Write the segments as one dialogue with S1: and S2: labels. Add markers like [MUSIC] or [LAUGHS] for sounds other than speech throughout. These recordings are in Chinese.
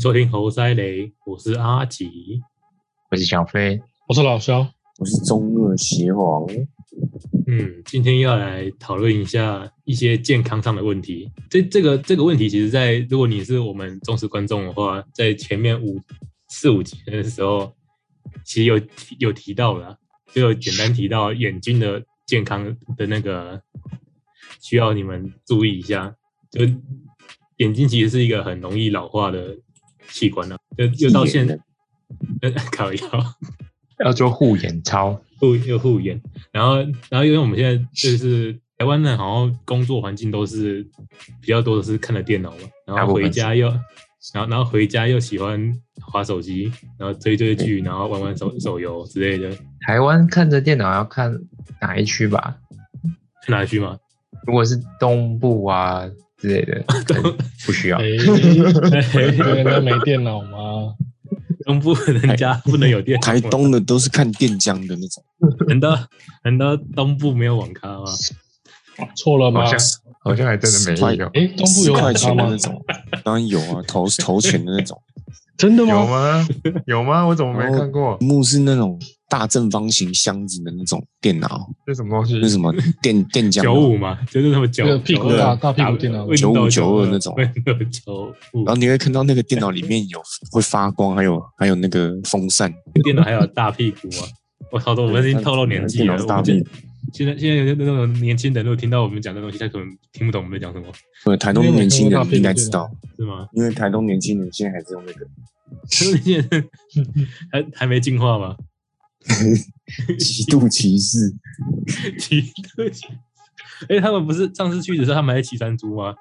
S1: 收听猴塞雷，我是阿吉。
S2: 我是小飞，
S3: 我是老肖，
S4: 我是中二邪王，
S1: 嗯，今天要来讨论一下一些健康上的问题。这这个这个问题，其实在如果你是我们忠实观众的话，在前面五四五集的时候，其实有提有提到了，啊就有简单提到眼睛的健康的那个需要你们注意一下。就眼睛其实是一个很容易老化的器官了、就就到现在，呃， [LAUGHS] 烤腰。
S2: 要做护眼操，
S1: 护又护眼，然后然后因为我们现在就是台湾人，好像工作环境都是比较多的是看着电脑嘛，然后回家又然后然后回家又喜欢划手机，然后追追剧，然后玩玩手手游之类的，
S2: 台湾看着电脑要看哪一区吧？
S1: 看哪去吗？
S2: 如果是东部啊之类的，可能不需要
S3: 哎、。
S2: [LAUGHS]
S3: 人家没电脑吗？
S1: [LAUGHS] 东部人家不能有电脑吗
S4: 台东的都是看电浆的那种，
S1: 难道难道东部没有网咖吗？
S3: 错了吗
S2: 好？像好像还真的没有，
S3: 哎、东
S1: 啊
S3: 部
S4: 10
S3: 有
S4: 块
S3: 网咖
S4: 钱的
S3: 吗
S4: 那？种，当然有啊，投 [LAUGHS] 投钱的那种，
S3: 真的
S2: 有
S3: 吗？
S2: 吗？有吗？我怎么
S1: 哦
S2: 没看过？
S4: 屏幕是那种大正方形箱子的那种电脑，
S2: 这什么东西
S4: 那？什么
S1: [LAUGHS]
S4: 电电浆
S1: 九
S4: 的，
S1: 五嘛，就是什么九
S3: 那个屁股
S1: 92
S3: 大大屁股电脑
S1: Windows
S4: 95那种
S1: ，Windows 九五
S4: 然后，你会看到那个电脑里面有会发光，还有还有那个风扇，
S1: 电脑还有大屁股啊！我操，我们已经透露年纪
S4: 电
S1: 了，我
S4: 脑是
S1: 们
S4: 大屁股。
S1: 现在现在有那种年轻人，如果听到我们讲这东西，他可能听不懂我们在讲什么，
S4: 对，台东的年轻人应该知
S1: [LAUGHS]
S4: 道，
S1: 是吗？
S4: 因为台东年轻人现在还是用那个，
S1: 现在还 [LAUGHS] 还没进化吗？
S4: 极度歧视。
S1: 骑对骑，哎，他们不是上次去的时候，他们还在骑山猪吗？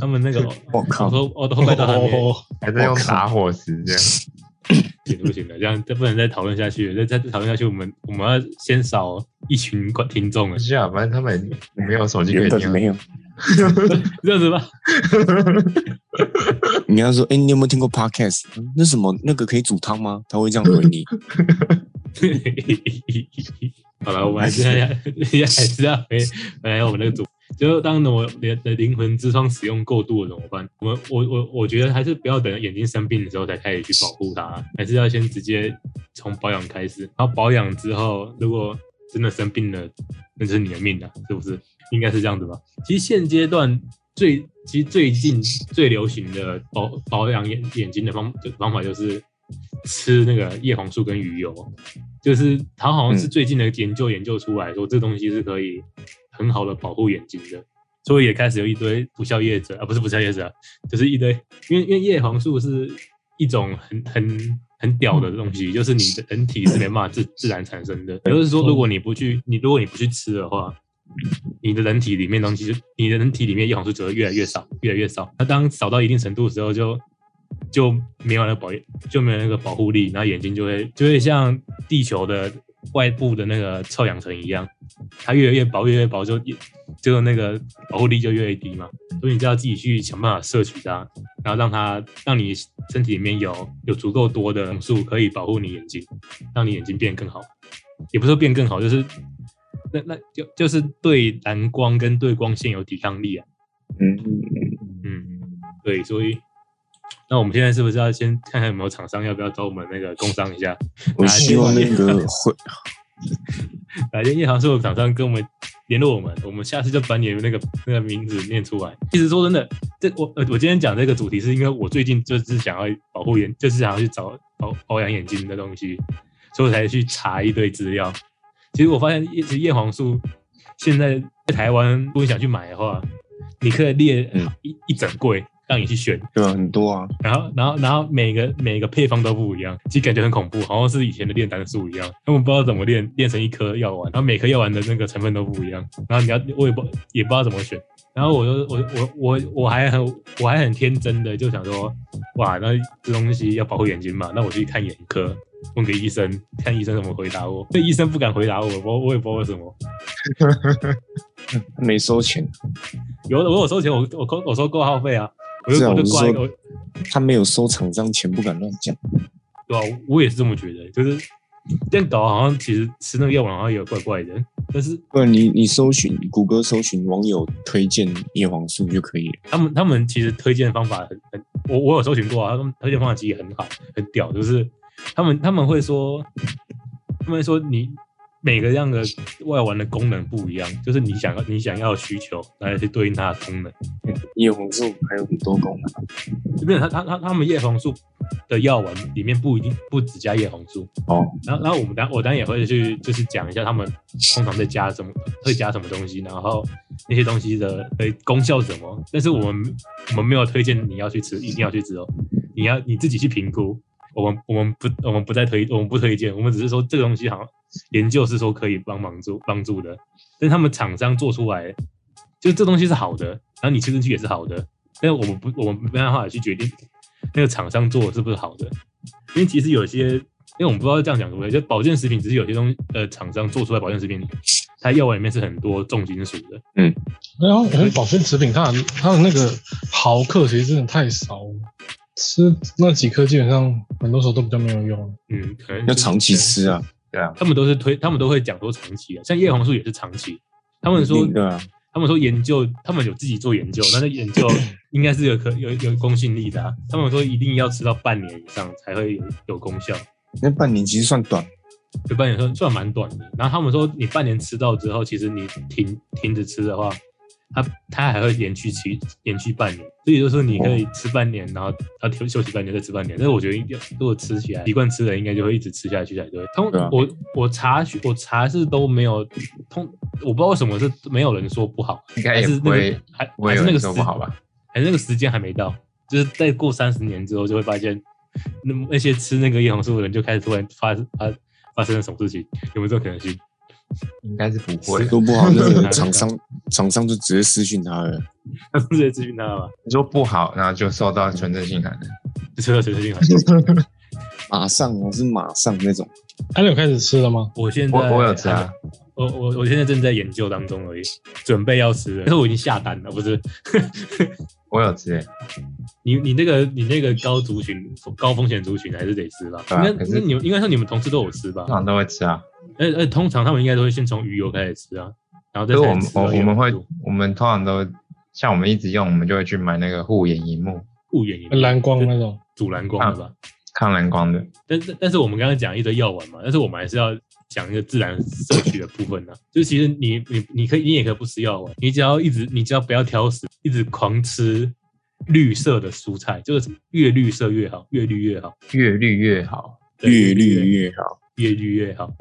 S1: 他们那个
S4: 我
S1: 我
S4: 靠，
S1: 说我都拜到还没
S3: 哦，
S2: 还在用打火石这样？
S1: 行了不行了，这样这不能再讨论下去了，再再讨论下去，我们我们要先少一群观听众了
S2: 不，需要，反正他们没有手机可
S4: 原
S2: 以
S4: 本
S2: 听啊。
S4: 没有。
S1: 这样子吧？
S4: 你跟他说，哎、你有没有听过 podcast？那什么那个可以煮汤吗？他会这样回 [LAUGHS] 你。
S1: [LAUGHS] 好了，我们还是要 [LAUGHS] 还是要回回来我们那个主，就是当我的的灵魂之窗使用过度了怎么办？我们我我我觉得还是不要等眼睛生病的时候才开始去保护它，还是要先直接从保养开始。然后保养之后，如果真的生病了，那就是你的命了、啊是不是？应该是这样子吧。其实现阶段最其实最近最流行的保保养眼眼睛的方就方法就是吃那个叶黄素跟鱼油，就是它好像是
S4: 嗯
S1: 最近的研究研究出来说，这东西是可以很好的保护眼睛的。所以也开始有一堆不孝业者啊，不是不孝业者啊，就是一堆，因为因为叶黄素是一种很很很屌的东西，就是你的人体是没办法自自然产生的。也就是说，如果你不去你如果你不去吃的话，你的人体里面东西就你的人体里面叶黄素只会越来越少，越来越少。那当少到一定程度的时候就，就没有那个保就没有那个保护力，然后眼睛就会就会像地球的外部的那个臭氧层一样，它越来越薄，越来越薄，就就那个保护力就越来越低嘛。所以你就要自己去想办法摄取它，然后让它让你身体里面有有足够多的红素可以保护你眼睛，让你眼睛变更好。也不是说变更好，就是那那就就是对蓝光跟对光线有抵抗力啊。
S4: 嗯，
S1: 嗯，对，所以那我们现在是不是要先看看有没有厂商要不要找我们那个工商一下？
S4: 我希望那个会
S1: 哪些夜航素的厂商跟我们联络我们，我们下次就把你的那个那个名字念出来。其实说真的，这我呃我今天讲这个主题是因为我最近就是想要保护眼，就是想要去找保保养眼睛的东西，所以我才去查一堆资料。其实我发现叶其实叶黄素现在在台湾，如果你想去买的话，你可以列
S4: 嗯
S1: 一、一整柜让你去选，
S4: 对啊，很多啊，
S1: 然后，然后，然后每个每个配方都不一样，其实感觉很恐怖，好像是以前的炼丹术一样。他们不知道怎么炼，炼成一颗药丸，然后每颗药丸的那个成分都不一样。然后你要，我也不也不知道怎么选。然后我就我我我我还很我还很天真的就想说，哇，那这东西要保护眼睛嘛，那我去看眼科，问个医生，看医生怎么回答我。那医生不敢回答我，我我也不知道为什么。
S4: 没收钱，
S1: 有我有收钱，我我扣我收挂号费啊，我
S4: 是
S1: 就
S4: 啊
S1: 我就
S4: 我是
S1: 挂一个
S4: 说。他没有收厂商钱，不敢乱讲。
S1: 对啊，我也是这么觉得，就是这样搞，好像其实吃那个药丸好像也怪怪的，但是
S4: 不然你你搜寻谷歌搜寻网友推荐叶黄素就可以了。
S1: 他们他们其实推荐的方法很很我我有搜寻过啊，他们推荐方法其实也很好，很屌，就是他们他们会说，他们会说你每个样的外玩的功能不一样，就是你想要你想要的需求，来去对应它的功能。
S4: 叶红素还有很多功能，
S1: 没有，他他他他们叶黄素的药丸里面不一定不只加叶黄素
S4: 哦。
S1: 然后然后我们当我当然也会去就是讲一下他们通常在加什么，会加什么东西，然后那些东西的的功效是什么。但是我们我们没有推荐你要去吃，一定要去吃哦，你要你自己去评估。我们我们不我们不再推我们不推荐，我们只是说这个东西好像研究是说可以帮忙助帮助的，但是他们厂商做出来，就是这东西是好的，然后你吃进去也是好的，但是我们不，我们没办法去决定那个厂商做的是不是好的，因为其实有些，因为我们不知道这样讲对不对，就保健食品，只是有些东西，呃，厂商做出来保健食品，它药丸里面是很多重金属的，
S3: 然后我们哦哎保健食品，它的它的那个毫克其实真的太少了，吃那几颗基本上很多时候都比较没有用。
S1: 嗯，可能
S4: 要长期吃啊，
S2: 对啊，
S1: 他们都是推，他们都会讲说长期的，啊像叶黄素也是长期，他们说
S4: 一定的啊，
S1: 他们说研究，他们有自己做研究，但是研究应该是有可有有公信力的、啊，他们说一定要吃到半年以上才会有有功效。
S4: 那半年其实算短，
S1: 对半年算算蛮短的。然后他们说，你半年吃到之后，其实你停停止吃的话，它它还会延续期延续半年。所以就是说你可
S2: 哦
S1: 以吃半年，然后要休休息半年再吃半年。但是我觉得应该，如果吃起来习惯吃的，应该就会一直吃下去才对。他们、
S4: 对啊
S1: 我我查询我查是都没有通，我不知道为什么是没有人说不好，
S2: 应该
S1: 还
S2: 也
S1: 是那
S2: 不会
S1: 个还
S2: 不会
S1: 还
S2: 有
S1: 是那
S2: 人
S1: 个
S2: 说
S1: 时
S2: 不好吧？
S1: 还是哎那个时间还没到，就是再过三十年之后，就会发现那那些吃那个叶黄素的人就开始突然发发发生了什么事情，有没有这种可能性？
S2: 应该是不会。
S4: 说不好，那个厂商 [LAUGHS] 厂商就直接私讯他了。
S1: 他们直接咨询他了吧？
S2: 你说不好，然后就受到纯正性感染。
S1: 就吃到水性很。
S4: 马上哦，是马上那种，
S3: 哎、你有开始吃了吗？
S1: 我现在
S2: 我我有吃啊，
S1: 我我我现在正在研究当中而已，准备要吃了，但是我已经下单了，不是？ [LAUGHS]
S2: 我有吃欸，
S1: 你你那个你那个高族群高风险族群还是得吃吧？
S2: 对啊
S1: 那
S2: 可是
S1: 那你们应该说你们同事都有吃吧
S2: 通？常都会吃啊。
S1: 而而通常他们应该都会先从鱼油开始吃啊，然后再
S2: 可是
S1: 开
S2: 我
S1: 始
S2: 们
S1: 吃
S2: 我
S1: 到
S2: 我
S1: 叶
S2: 们
S1: 黄
S2: 会
S1: 素
S2: 我们通常都像我们一直用，我们就会去买那个护眼荧幕
S1: 护眼炎
S3: 蓝光那种，
S1: 阻蓝光的吧？
S2: 抗蓝光的。
S1: 但是但是我们刚刚讲一堆药丸嘛，但是我们还是要讲一个自然摄取的部分呢、啊就是其实你你你可以你也可以不吃药丸，你只要一直你只要不要挑食，一直狂吃绿色的蔬菜，就是越绿色越好，越绿越好，
S2: 越绿越好，
S1: 对
S4: 越绿越好。
S1: 越绿越好。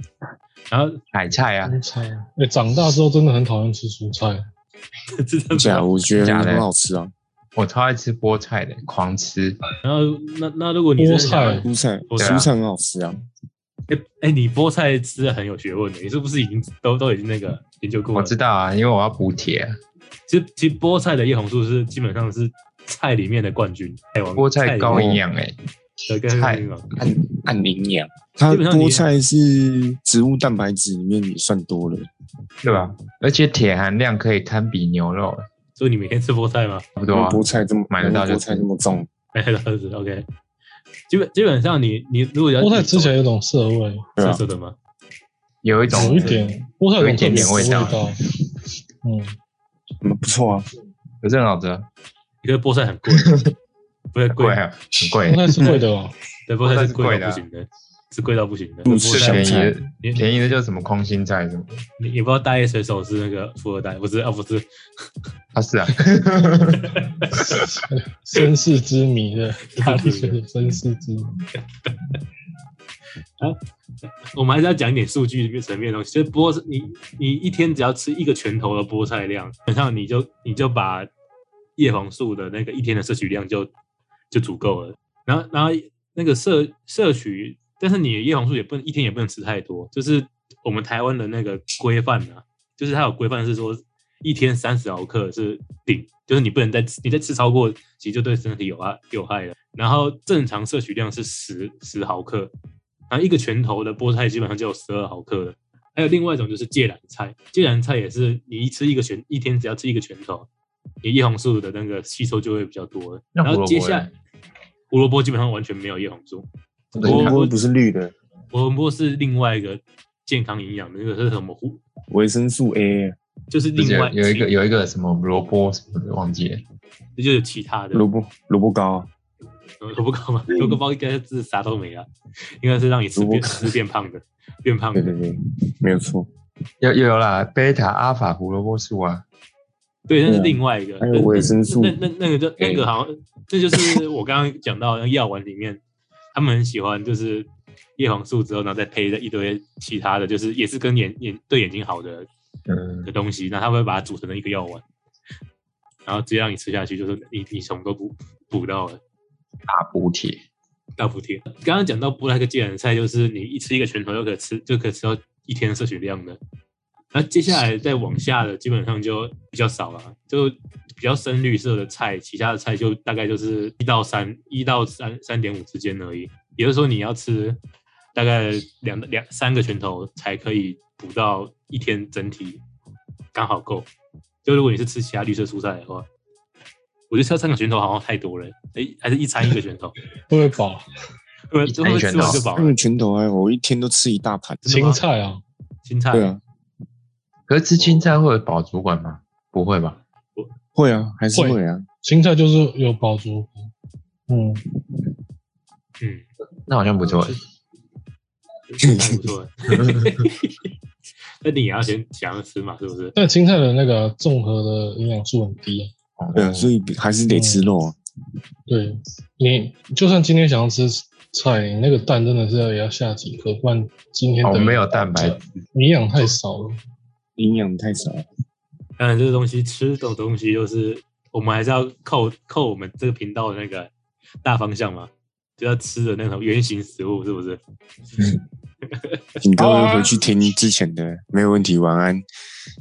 S1: 然后 [LAUGHS]
S2: 海菜啊，
S3: 蔬菜。哎、长大之后真的很讨厌吃蔬菜，
S1: 真的
S4: 假的，我觉得
S2: 假的
S4: 很好吃啊，
S2: 我超爱吃菠菜的，狂吃。
S1: 然后那那如果你真的想要
S3: 菠菜
S4: 蔬菜
S1: 对
S2: 啊
S4: 蔬菜很好吃啊，
S1: 哎哎，你菠菜吃的很有学问的，你是不是已经都都已经那个研究过了？
S2: 我知道啊，因为我要补铁啊、
S1: 其实其实菠菜的叶红素是基本上是菜里面的冠军，菜王
S2: 菠菜高
S1: 里面
S2: 营养哎，
S1: 的跟
S2: 菜
S4: 按按营养。它
S1: 基本上你
S4: 菠菜是植物蛋白质里面也算多了，
S2: 对吧？而且铁含量可以堪比牛肉，
S1: 所以你每天吃菠菜吗？ [LAUGHS]
S2: 差不多啊。
S4: 菠菜这么
S2: 买得到就
S4: 菠
S2: 吃
S4: 菜这么重，
S1: 没有二十 OK。基本基本上你你如果要
S3: 菠菜吃起来有种涩味，
S4: 对
S1: 涩
S4: 啊
S1: 涩的吗？
S2: 有一种
S3: 有一点菠菜
S2: 有一点
S3: 种特别
S2: 点
S3: 的
S2: 味
S3: 味
S2: 道
S3: 道。嗯，
S4: 嗯不错啊。
S2: 可是很好吃啊，
S1: 因为菠菜很
S2: [LAUGHS]
S1: 贵，不是
S2: 贵
S1: 贵，
S2: 啊，很贵
S3: 菠。菜是贵的哦。
S1: 对菠菜
S2: 菠菜
S1: 是
S2: 是贵
S1: 贵
S2: 的
S1: 到
S2: 啊
S1: 不行的，是贵到不行的。
S4: 不吃
S1: 菠菜
S2: 便宜
S4: 香菜，
S2: 的，
S1: 你
S2: 便宜的就是什么空心菜什么的
S1: 你也不知道大叶水手是那个富二代，不是啊不是，
S2: 啊，是啊，
S3: [LAUGHS] 身世之谜的，
S1: 大
S3: 大
S1: 力
S3: 力
S1: 水
S3: 水
S1: 手
S3: 手身世之谜。
S1: 我们还是要讲一点数据层面的东西。就是菠菜，你你一天只要吃一个拳头的菠菜量，基本上你就你就把叶黄素的那个一天的摄取量就就足够了。然后然后那个摄摄取，但是你叶黄素也不能一天也不能吃太多，就是我们台湾的那个规范啊，就是它有规范是说一天三十毫克是顶，就是你不能再吃，你再吃超过，其实就对身体有害有害了。然后正常摄取量是十十毫克，然后一个拳头的菠菜基本上就有十二毫克了。还有另外一种就是芥蓝菜，芥蓝菜也是你一吃一个拳，一天只要吃一个拳头，你叶黄素的那个吸收就会比较多了。
S2: 那
S1: 然后
S2: 胡萝卜
S1: 接下
S2: 呢
S1: 来胡萝卜基本上完全没有叶黄素，
S2: 我
S1: 对
S4: 萝
S1: 看
S4: 卜不是绿的，
S1: 胡萝卜是另外一个健康营养的那个是什么胡？
S4: 维生素 A，
S1: 就是
S2: 不是
S1: 另
S2: 有
S1: 外
S2: 有一个有一个什么萝卜什么的忘记了，
S1: 这就有其他的
S4: 萝卜萝卜糕啊，
S1: 萝卜糕吗？
S4: 嗯
S1: 萝卜糕应该是啥都没了，应该是让你吃
S4: 萝卜
S1: 变
S4: 糕
S1: 吃变胖的，变胖
S4: [LAUGHS] 对
S1: 的。
S4: 对对，没有错。
S2: 有有啦，贝塔、阿法、胡萝卜素啊，
S1: 对，那是
S4: 对啊
S1: 另外一个。
S4: 还有
S1: 那
S4: 维生素
S1: 那那那那个就那
S4: 对
S1: 个好像，这就是我刚刚讲到那药丸里面，他们很喜欢就是叶黄素之后，然后再配一堆其他的，就是也是跟眼眼对眼睛好的
S2: 嗯，
S1: 的东西，那他们会把它组成成一个药丸，然后直接让你吃下去，就是你你什么都补补到了。
S2: 大补铁，
S1: 大补贴。刚刚讲到布拉克芥蓝菜，就是你一吃一个拳头就可以吃，就可以吃到一天的摄取量的。那接下来再往下的，基本上就比较少了，就比较深绿色的菜，其他的菜就大概就是一到三、一到三三点五之间而已。也就是说，你要吃大概两两三个拳头才可以补到一天整体刚好够。就如果你是吃其他绿色蔬菜的话，我觉得吃到三个拳头好像太多了，哎，还是一餐一个拳头。
S3: 会不会饱？
S1: 对，
S2: 一
S1: 最后吃
S2: 餐全
S1: 完
S2: 倒
S1: 就饱
S4: 他们
S1: 了。
S4: 拳头还好，我一天都吃一大盘。
S1: 真的吗
S3: 青菜啊，
S1: 青菜，
S4: 对啊，
S2: 可是吃青菜会有饱足感吗？不会吧？
S4: 会啊，还是
S3: 会
S4: 会啊。
S3: 青菜就是有饱足感。嗯，
S1: 嗯，
S2: 那好像不错欸，
S1: 青菜不错。 [LAUGHS] 那你也要先想要吃嘛，是不是？
S3: 但青菜的那个综合的营养素很低、啊。
S2: 哦
S4: 对啊，所以还是得吃肉啊。
S3: 对你，就算今天想要吃菜，你那个蛋真的是要也要下几颗，不然今天
S2: 哦，
S3: 的
S2: 没有蛋白质，
S3: 营养太少了。
S4: 营养太少了，
S1: 当然，这个东西吃这种东西，就是我们还是要扣扣我们这个频道的那个大方向嘛，就要吃的那种原型食物，是不是？
S4: 请各位回去听之前的，没有问题。晚安。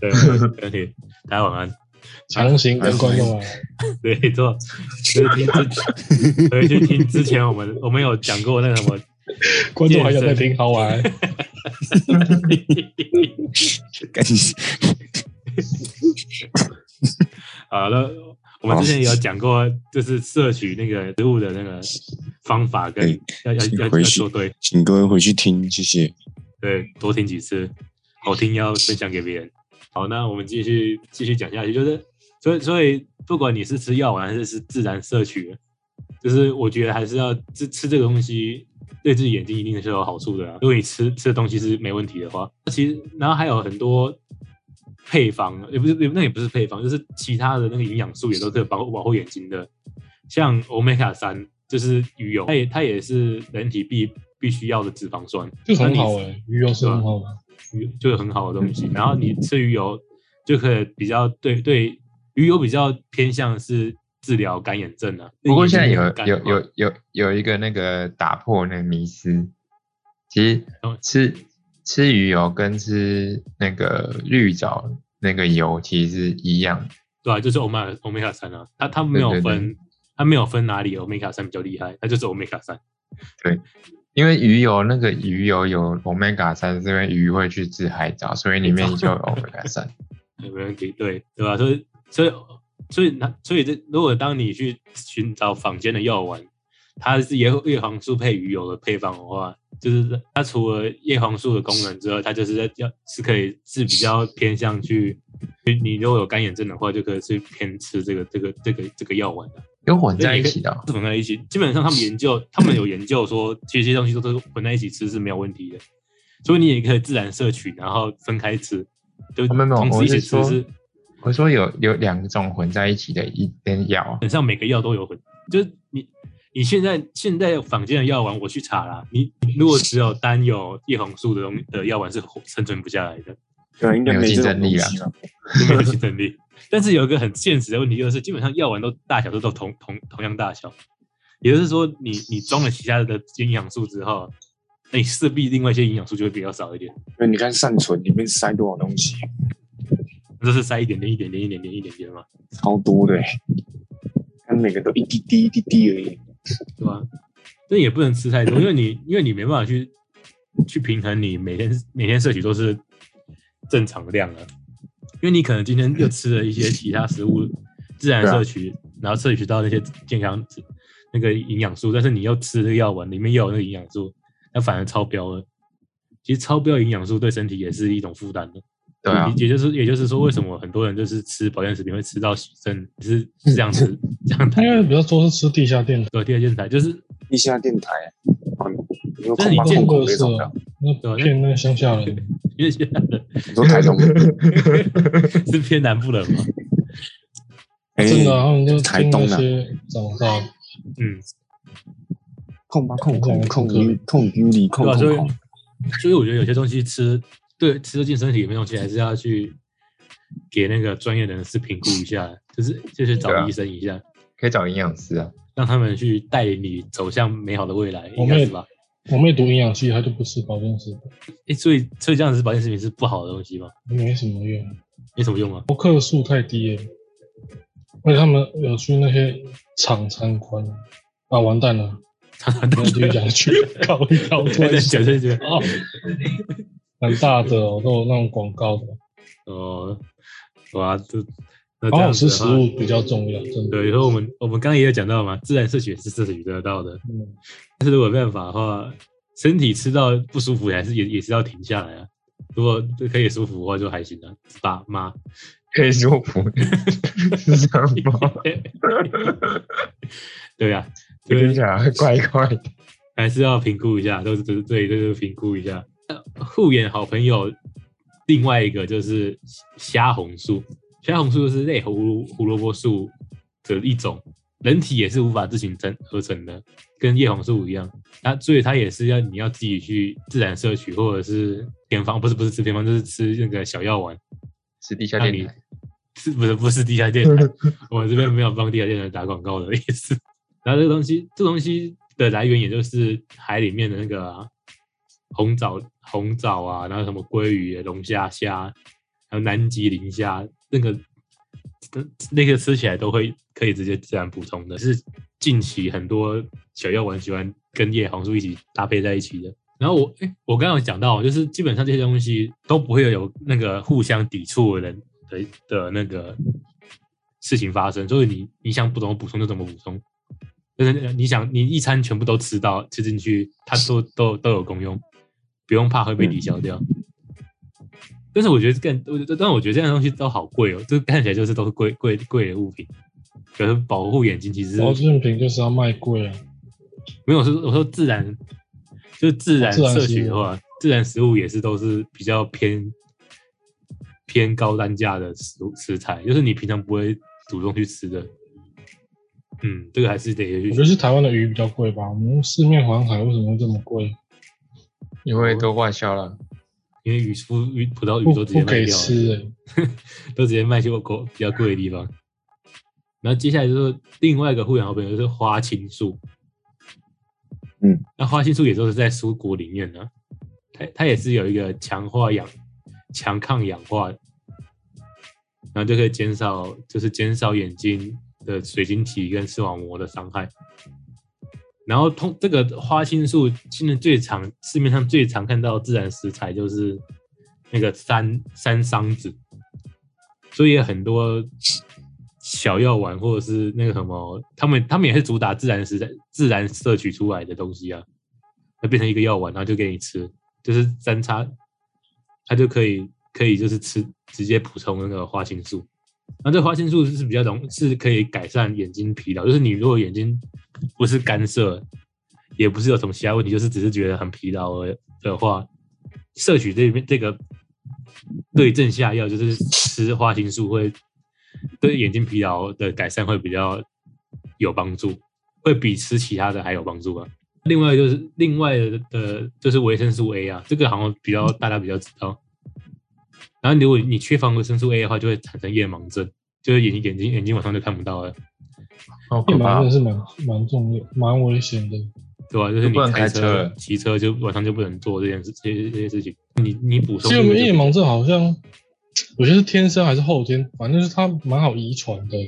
S1: 对，没
S4: [LAUGHS]
S1: 问题。大家晚安。
S3: [LAUGHS] 强行跟观众啊，
S1: 对，没错，就是听之，回去听之前我们我们有讲过那个什么
S3: 观众还想再听，好玩。
S4: 赶紧，
S1: 好了，啊我们之前也有讲过，就是摄取那个食物的那个方法跟
S4: 对
S1: 要要要要
S4: 回去
S1: 做对，
S4: 哎请各位回去听，谢谢。
S1: 对，多听几次，好听要分享给别人。好，那我们继续继续讲下去，就是所以所以不管你是吃药丸还是是自然摄取，就是我觉得还是要吃吃这个东西。对自己眼睛一定是有好处的、啊。如果你吃吃的东西是没问题的话，其实然后还有很多配方，也不是也不那也不是配方，就是其他的那个营养素也都是保护保护眼睛的，像 omega 三就是鱼油，它也它也是人体必必须要的脂肪酸，
S3: [LAUGHS] 就很
S1: 那
S3: 好
S1: 你
S3: 哎、鱼油是很好的，
S1: 鱼就有很好的东西。 [LAUGHS] 然后你吃鱼油就可以比较对对鱼油比较偏向是治疗干眼症啊。
S2: 不过现在
S1: 眼睛
S2: 有
S1: 干
S2: 有
S1: 嘛
S2: 有有有一个那个打破那个迷思，其实
S1: 嗯
S2: 吃吃鱼油跟吃那个绿藻那个油其实是一样的，
S1: 对啊，就是 omega omega 三啊，它它没有
S2: 对对
S1: 分，它没有分哪里 omega 三比较厉害，它就是 omega 三。
S2: 因为鱼油那个鱼油有 omega 三，是因为鱼会去吃海藻，所以里面就有 omega 三。
S1: 对没问题，对对吧？所以所以所以那所以这如果当你去寻找坊间的药丸，它是叶叶黄素配鱼油的配方的话，就是它除了叶黄素的功能之外，它就是在要是可以是比较偏向去，你如果有干眼症的话，就可以去偏吃这个这个这个这个药丸的。
S2: 有混在一起的哦、
S1: 是混在一起。基本上他们研究，他们有研究说，其实这些东西都是混在一起吃是没有问题的，所以你也可以自然摄取，然后分开吃，就
S2: 哦没有没有
S1: 同时一起吃
S2: 我是
S1: 是
S2: 说我说有有两种混在一起的一根药，
S1: 本上每个药都有混，就是你。你现在现在坊间的药丸，我去查啦。你你如果只有单有叶黄素的东的药丸是活生存不下来的，
S4: 对啊，应该
S2: 没有
S4: 没这
S2: 竞
S4: 种
S2: 争力
S4: 东
S2: 啊
S4: 西了。
S1: 就没有竞争力。但是有一个很现实的问题，就是基本上药丸都大小都都同同同样大小，也就是说你，你装了其他的营养素之后，那你势必另外一些营养素就会比较少一点，
S4: 那你看善存里面塞多少东西，
S1: 这是塞一点点、一点点、一点点、一点点嘛，
S4: 超多的欸。它每个都一滴滴一滴滴而已。
S1: 对吧？但也不能吃太多，因为你因为你没办法去去平衡你每天每天摄取都是正常的量了，啊因为你可能今天又吃了一些其他食物，自然
S4: 对啊
S1: 摄取，然后摄取到那些健康那个营养素，但是你又吃这个药丸，里面又有那个营养素，那反而超标了。其实超标营养素对身体也是一种负担的。
S2: 对对啊，
S1: 也就是也就是说，为什么很多人就是吃保健食品会吃到洗肾，是这样子这样台
S3: 应该比较多是吃地下电台，
S1: 对第二件台就是
S4: 地下电台，哦你有
S1: 这是你
S4: 恐怕
S1: 见
S4: 痛
S1: 过
S4: 苦那
S3: 的事
S4: 种
S3: 啊
S4: 的，
S3: 那骗那个乡下人。
S1: 因为现在的
S4: 你说台中的，
S1: [LAUGHS] 是偏南部人嘛，
S4: 哎
S3: 真的啊、他们都
S4: 台
S3: 听那
S4: 东啊
S3: 些长大的，
S1: 嗯，
S4: 控吧控控控
S3: 这个
S4: 控控 u 里控
S1: 对吧、啊所
S4: 控
S1: 以
S4: 控，
S1: 所以我觉得有些东西吃对吃进身体里面的东西，还是要去给那个专业人士评估一下，就是就是
S2: 对
S1: 找
S2: 啊
S1: 医生一下，
S2: 可以找营养师啊。
S1: 让他们去带领你走向美好的未来，
S3: 我
S1: 应该
S3: 妹
S1: 是吧？
S3: 我妹读营养系，她就不吃保健食品，
S1: 诶，所以所以这样子保健食品是不好的东西吗？
S3: 没什么用，
S1: 没什么用吗？啊
S3: 克数太低了。而且他们有去那些厂参观啊，完蛋了，不要继续讲下去，搞一搞，突
S1: 对 [LAUGHS]
S3: 然
S1: 对，讲
S3: 想
S1: 这些
S3: 哦，很大的哦，都有那种广告的，
S1: 哦，哇，这那这
S3: 好
S1: 样
S3: 好
S1: 子
S3: 吃
S1: 的
S3: 哦食
S1: 话
S3: 物比较重要，真的。
S1: 对，以后我们我们刚刚也有讲到嘛，自然摄取是摄取得到的，
S3: 嗯，
S1: 但 [LAUGHS] 是如果没办法的话，身体吃到不舒服还是也也是要停下来啊。如果可以舒服的话就还行了、爸妈。
S2: 可以说服 [LAUGHS] 是这样吗？
S1: 对呀、啊，
S2: 听
S1: 对
S2: 起，来怪怪的。
S1: 还是要评估一下，都是都是对，就是评估一下。呃护眼好朋友，另外一个就是虾红素，虾红素是类胡萝胡萝卜素的一种，人体也是无法自行成合成的，跟叶黄素一样。那所以它也是要你要自己去自然摄取，或者是偏方，不是不是吃偏方，就是吃那个小药丸。
S2: 是地下
S1: 那
S2: 电
S1: 你
S2: 台，
S1: 是不是不是地下电台？我们这边没有帮地下电台打广告的意思。然后这个东西，这东西的来源也就是海里面的那个啊、红藻、红藻啊，然后什么鲑鱼、龙虾、虾，还有南极磷虾，那个那个吃起来都会可以直接自然补充的，是近期很多小药丸喜欢跟叶黄素一起搭配在一起的。然后我诶我刚刚有讲到，就是基本上这些东西都不会有那个互相抵触的人的的那个事情发生，所以你你想补怎么补充就怎么补充，就是呃你想你一餐全部都吃到吃进去，它都都都有功用，不用怕会被抵消掉。但是我觉得更，我觉得但我觉得这样的东西都好贵哦，这看起来就是都是贵贵贵的物品。可是保护眼睛其实
S3: 保健品就是要卖贵啊，
S1: 没有，我说我说自然，就是自然
S3: 自然
S1: 摄
S3: 食
S1: 取的
S3: 物
S1: 话，自然食物也是都是比较偏偏高单价的食物食材，就是你平常不会主动去吃的。嗯，这个还是得
S3: 我
S1: 去
S3: 觉得是台湾的鱼比较贵吧，我们四面环海，为什么会这么贵？
S2: 因为都外销了，
S1: 因为鱼夫鱼葡萄
S3: 不
S1: 鱼都直接
S3: 不
S1: 卖
S3: 给
S1: 掉
S3: 吃
S1: 了，
S3: 哎、
S1: [LAUGHS] 都直接卖去国比较贵的地方。然后接下来就是另外一个护眼好朋友就是花青素，
S4: 嗯，
S1: 那花青素也都是在蔬果里面的、它它也是有一个强化氧、强抗氧化，然后就可以减少就是减少眼睛的水晶体跟视网膜的伤害。然后通这个花青素现在最常市面上最常看到的自然食材就是那个山山桑子，所以很多小药丸或者是那个什么，他们他们也是主打自然食材自然摄取出来的东西啊，它变成一个药丸，然后就给你吃，就是三叉，它就可以可以就是吃直接补充那个花青素。那这花青素是比较容是可以改善眼睛疲劳，就是你如果眼睛不是干涩，也不是有什么其他问题，就是只是觉得很疲劳而的话，摄取这边这个对症下药，就是吃花青素会对眼睛疲劳的改善会比较有帮助，会比吃其他的还有帮助吧。啊另外就是另外的的就是维生素 A 啊，这个好像比较大家比较知道。然后如果你缺乏维生素 A 的话，就会产生夜盲症，就是眼睛眼睛眼睛晚上就看不到了，
S2: 好可
S3: 夜哦盲
S2: 怕
S3: 真的！是蛮蛮重要、蛮危险的。
S1: 对吧、就是
S2: 就
S1: 你
S2: 不能
S1: 开
S2: 开车了
S1: 骑车就晚上就不能做这件事这些这些事情。你你补
S3: 其
S1: 充
S3: 实
S1: 这
S3: 我
S1: 个
S3: 们
S1: 就
S3: 夜盲症好像，我觉得是天生还是后天，反正就是它蛮好遗传的，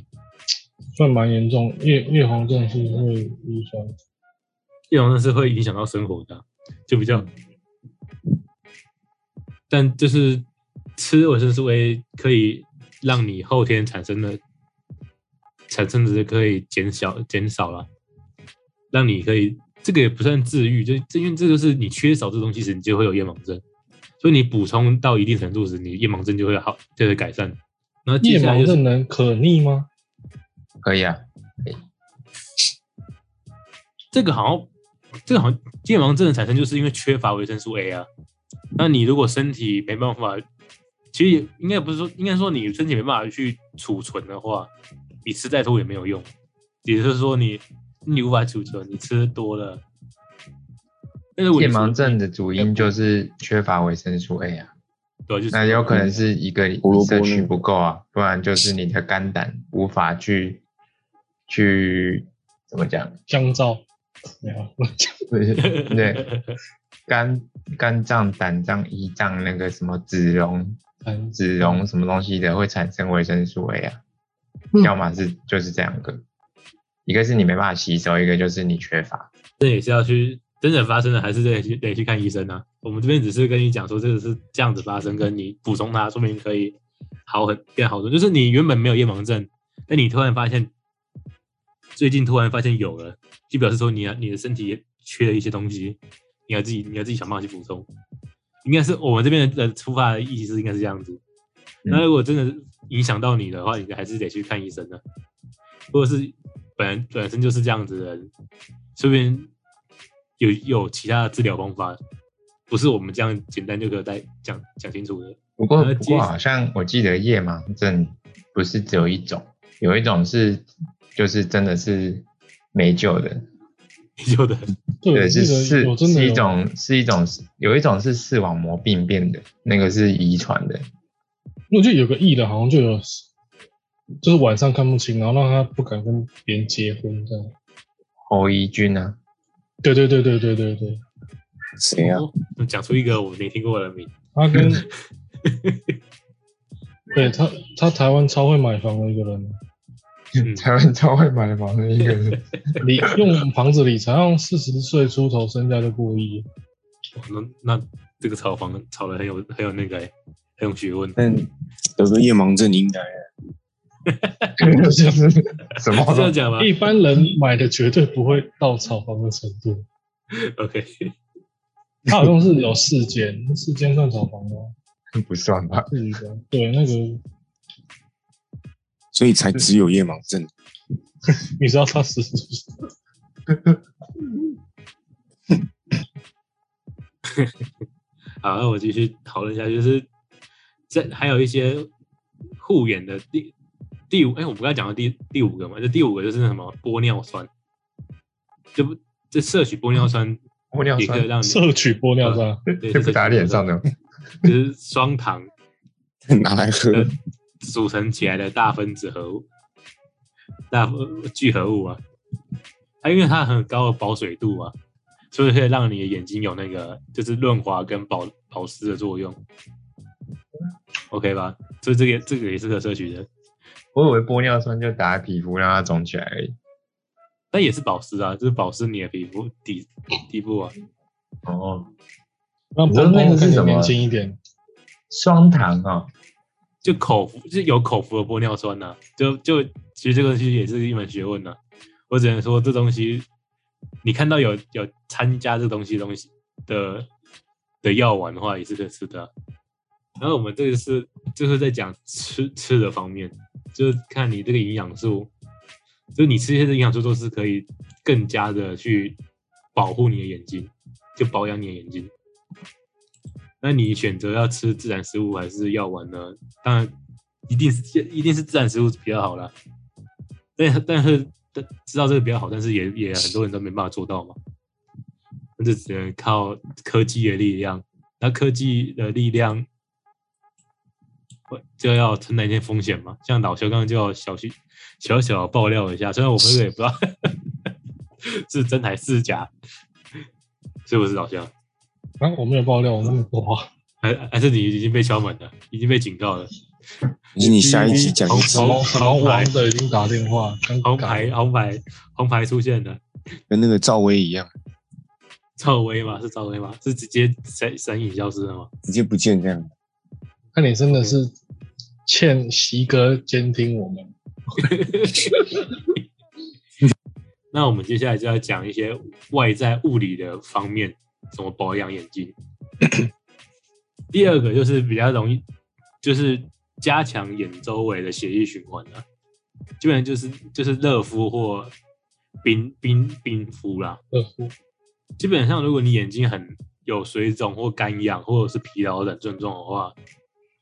S3: 算蛮严重。夜夜黄症是会遗传，
S1: 夜盲症是会影响到生活的啊，就比
S3: 嗯
S1: 较。但就是吃维生素 A 可以让你后天产生的产生的可以减小减少了，让你可以这个也不算治愈，就这因为这就是你缺少这东西时，你就会有夜盲症。所以你补充到一定程度时，你夜盲症就会好，就会改善。然后接
S3: 夜
S1: 下来
S3: 盲
S1: 就是
S3: 症能可逆吗？
S2: 可以啊，
S1: 这个好像，这个好像健盲症的产生就是因为缺乏维生素 A 啊。那你如果身体没办法，其实也应该不是说，应该说你身体没办法去储存的话，你吃再多也没有用。也就是说你，你无法储存，你吃多了。但是我
S2: 夜盲症的主因就是缺乏维生素 A 啊，
S1: 对啊、就是
S2: 那有可能是一个
S4: 胡萝卜
S2: 摄取
S4: 那个
S2: 不够啊，不然就是你的肝胆无法去去怎么讲，
S3: 香皂没有啊，
S2: 不是对肝肝脏、胆脏、胰脏那个什么子龙
S3: 嗯
S2: 子龙什么东西的会产生维生素 A 啊，
S3: 嗯
S2: 要么是就是这两个，一个是你没办法吸收，一个就是你缺乏。
S1: 这也是要去真的发生了，还是得去得去看医生啊。我们这边只是跟你讲说这个是这样子发生，跟你补充它，说明可以好很变好多。就是你原本没有夜盲症，但你突然发现，最近突然发现有了，就表示说你啊你的身体也缺了一些东西，你要自己你要自己想办法去补充。应该是我们这边的出发的意思应该是这样子。那如果真的影响到你的话，你还是得去看医生啊的。或者是本来本身就是这样子的人，说不定有有其他的治疗方法，不是我们这样简单就可以带讲讲清楚的。 [LAUGHS]
S2: 不过
S1: 呃
S2: 不
S1: 接
S2: 过好像我记得夜盲症不是只有一种，有一种是就是真的是没救的，
S1: 有的
S3: 对，我记
S2: 是
S3: 得
S2: 是
S3: 有真的
S2: 是
S3: 有
S2: 一种是一种有一种是视网膜病变的，那个是遗传的，
S3: 我记得有个艺人好像就有，就是晚上看不清，然后让他不敢跟别人结婚这样。
S2: 侯怡君啊，
S3: 对对对对对对对，
S4: 谁啊？
S1: 哦讲出一个我没听过的名，
S3: 他跟， [LAUGHS] 对他他台湾超会买房的一个人，
S1: 嗯
S2: 台湾超会买房的一个人， [LAUGHS]
S3: 理用房子理财，好像四十岁出头身价就过亿，
S1: 哇那那这个炒房炒的很有很有那个、欸，很有学问。
S4: 但得个夜盲症应该
S2: 就是什么
S1: 是这样讲吗
S3: 一般人买的绝对不会到炒房的程度。
S1: ？OK，
S3: 他好像是有四间，四间算炒房吗？
S2: 都不算吧？
S3: 是一个，对那个
S4: 所以才只有夜盲症。 [LAUGHS]
S3: 你知道他是
S1: 好，那我继续讨论一下，就是这还有一些护眼的第第五，哎、我们刚才讲到第第五个嘛，这第五个就是那什么玻尿酸，这不这摄取玻尿酸
S2: 玻尿
S1: 也可以
S2: 酸
S1: 让你
S3: 摄取玻尿酸，
S1: 对
S2: 就不打脸上，的，
S1: 这是就是双糖
S4: 拿来喝，
S1: 呃组成起来的大分子合物、大分聚合物啊。它因为它很高的保水度啊，所以可以让你的眼睛有那个就是润滑跟保保湿的作用。OK 吧？所以这个这个也是可摄取的，
S2: [LAUGHS] 我以为玻尿酸就打在皮肤让它肿起来而已。
S1: 但也是保湿啊，就是保湿你的皮肤底底部啊。
S2: 哦，
S3: 让
S2: 你知道
S3: 彭
S2: 那
S3: 彭
S2: 个是
S3: 看起
S2: 什
S3: 来
S2: 么
S3: 年轻一点。
S2: 双糖
S1: 啊
S2: 哦，
S1: 就口服，就是有口服的玻尿酸呐、就就其实这个东西也是一门学问呐、我只能说这东西，你看到有有参加这东西东西的的药丸的话，也是可以吃的啊、然后我们这个是就是在讲吃吃的方面，就是看你这个营养素，就是你吃一些的营养素都是可以更加的去保护你的眼睛，就保养你的眼睛。那你选择要吃自然食物还是药丸呢？当然，一定是一定是自然食物比较好啦。但但是但知道这个比较好，但是也也很多人都没办法做到嘛。那就只能靠科技的力量。那科技的力量，会就要承担一些风险嘛。像老肖刚刚就要小心小小爆料一下，虽然我们这个也不知道 [LAUGHS] 是真还是假，是不是老肖？
S3: 啊，我没有爆料，我那么多啊，
S1: 还还是你已经被敲门了，已经被警告了。
S4: 你你下一期讲一
S1: [LAUGHS]
S4: 次
S3: 什么什么
S1: 红牌
S3: 王的已经打电话，尴
S1: 红
S3: 尬
S1: 牌，红牌，红牌出现了。
S4: 跟那个赵薇一样，
S1: 赵薇吗？是赵薇吗？是直接闪闪影消失了吗？
S4: 直接不见
S1: [LAUGHS]
S4: 这样。
S3: 那你真的是欠席哥监听我们，
S1: 那我们接下来就要讲一些外在物理的方面，怎么保养眼睛。第二个就是比较容易，就是加强眼周围的血液循环啊，基本上就是就是热敷或冰冰冰敷啦。
S3: 热敷
S1: 基本上，如果你眼睛很有水肿或干痒，或者是疲劳等症状的话，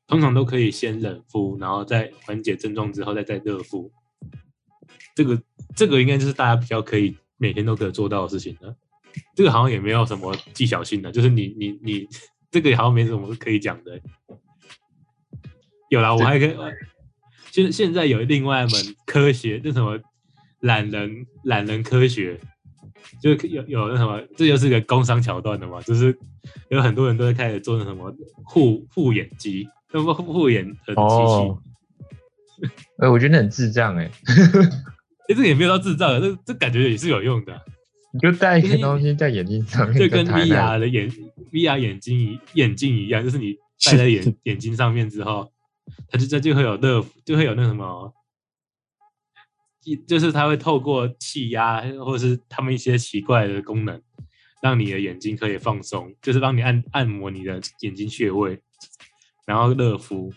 S1: 通常都可以先冷敷，然后再缓解症状之后再再热敷。这个这个应该就是大家比较可以每天都可以做到的事情了。这个好像也没有什么技巧性的，就是你你你这个好像没什么可以讲的。有啦，我还可以。现现在有另外一门科学，那什么懒人懒人科学，就有有那什么，这就是个工商桥段的嘛，就是有很多人都会开始做那什么护护眼机，那么护护眼的机器，哎、
S2: 哦。哎、我觉得很智障哎、
S1: 这个也没有到智障，这这感觉也是有用的啊、
S2: 你就戴一个东西在眼睛上
S1: [LAUGHS]
S2: 面，
S1: 就跟
S2: 台南
S1: VR 的眼 VR 眼睛一眼镜一样，就是你戴在眼眼睛上面之后，它就这就会有热，就会有那什么，一就是它会透过气压或是他们一些奇怪的功能，让你的眼睛可以放松，就是帮你按按摩你的眼睛穴位，然后热敷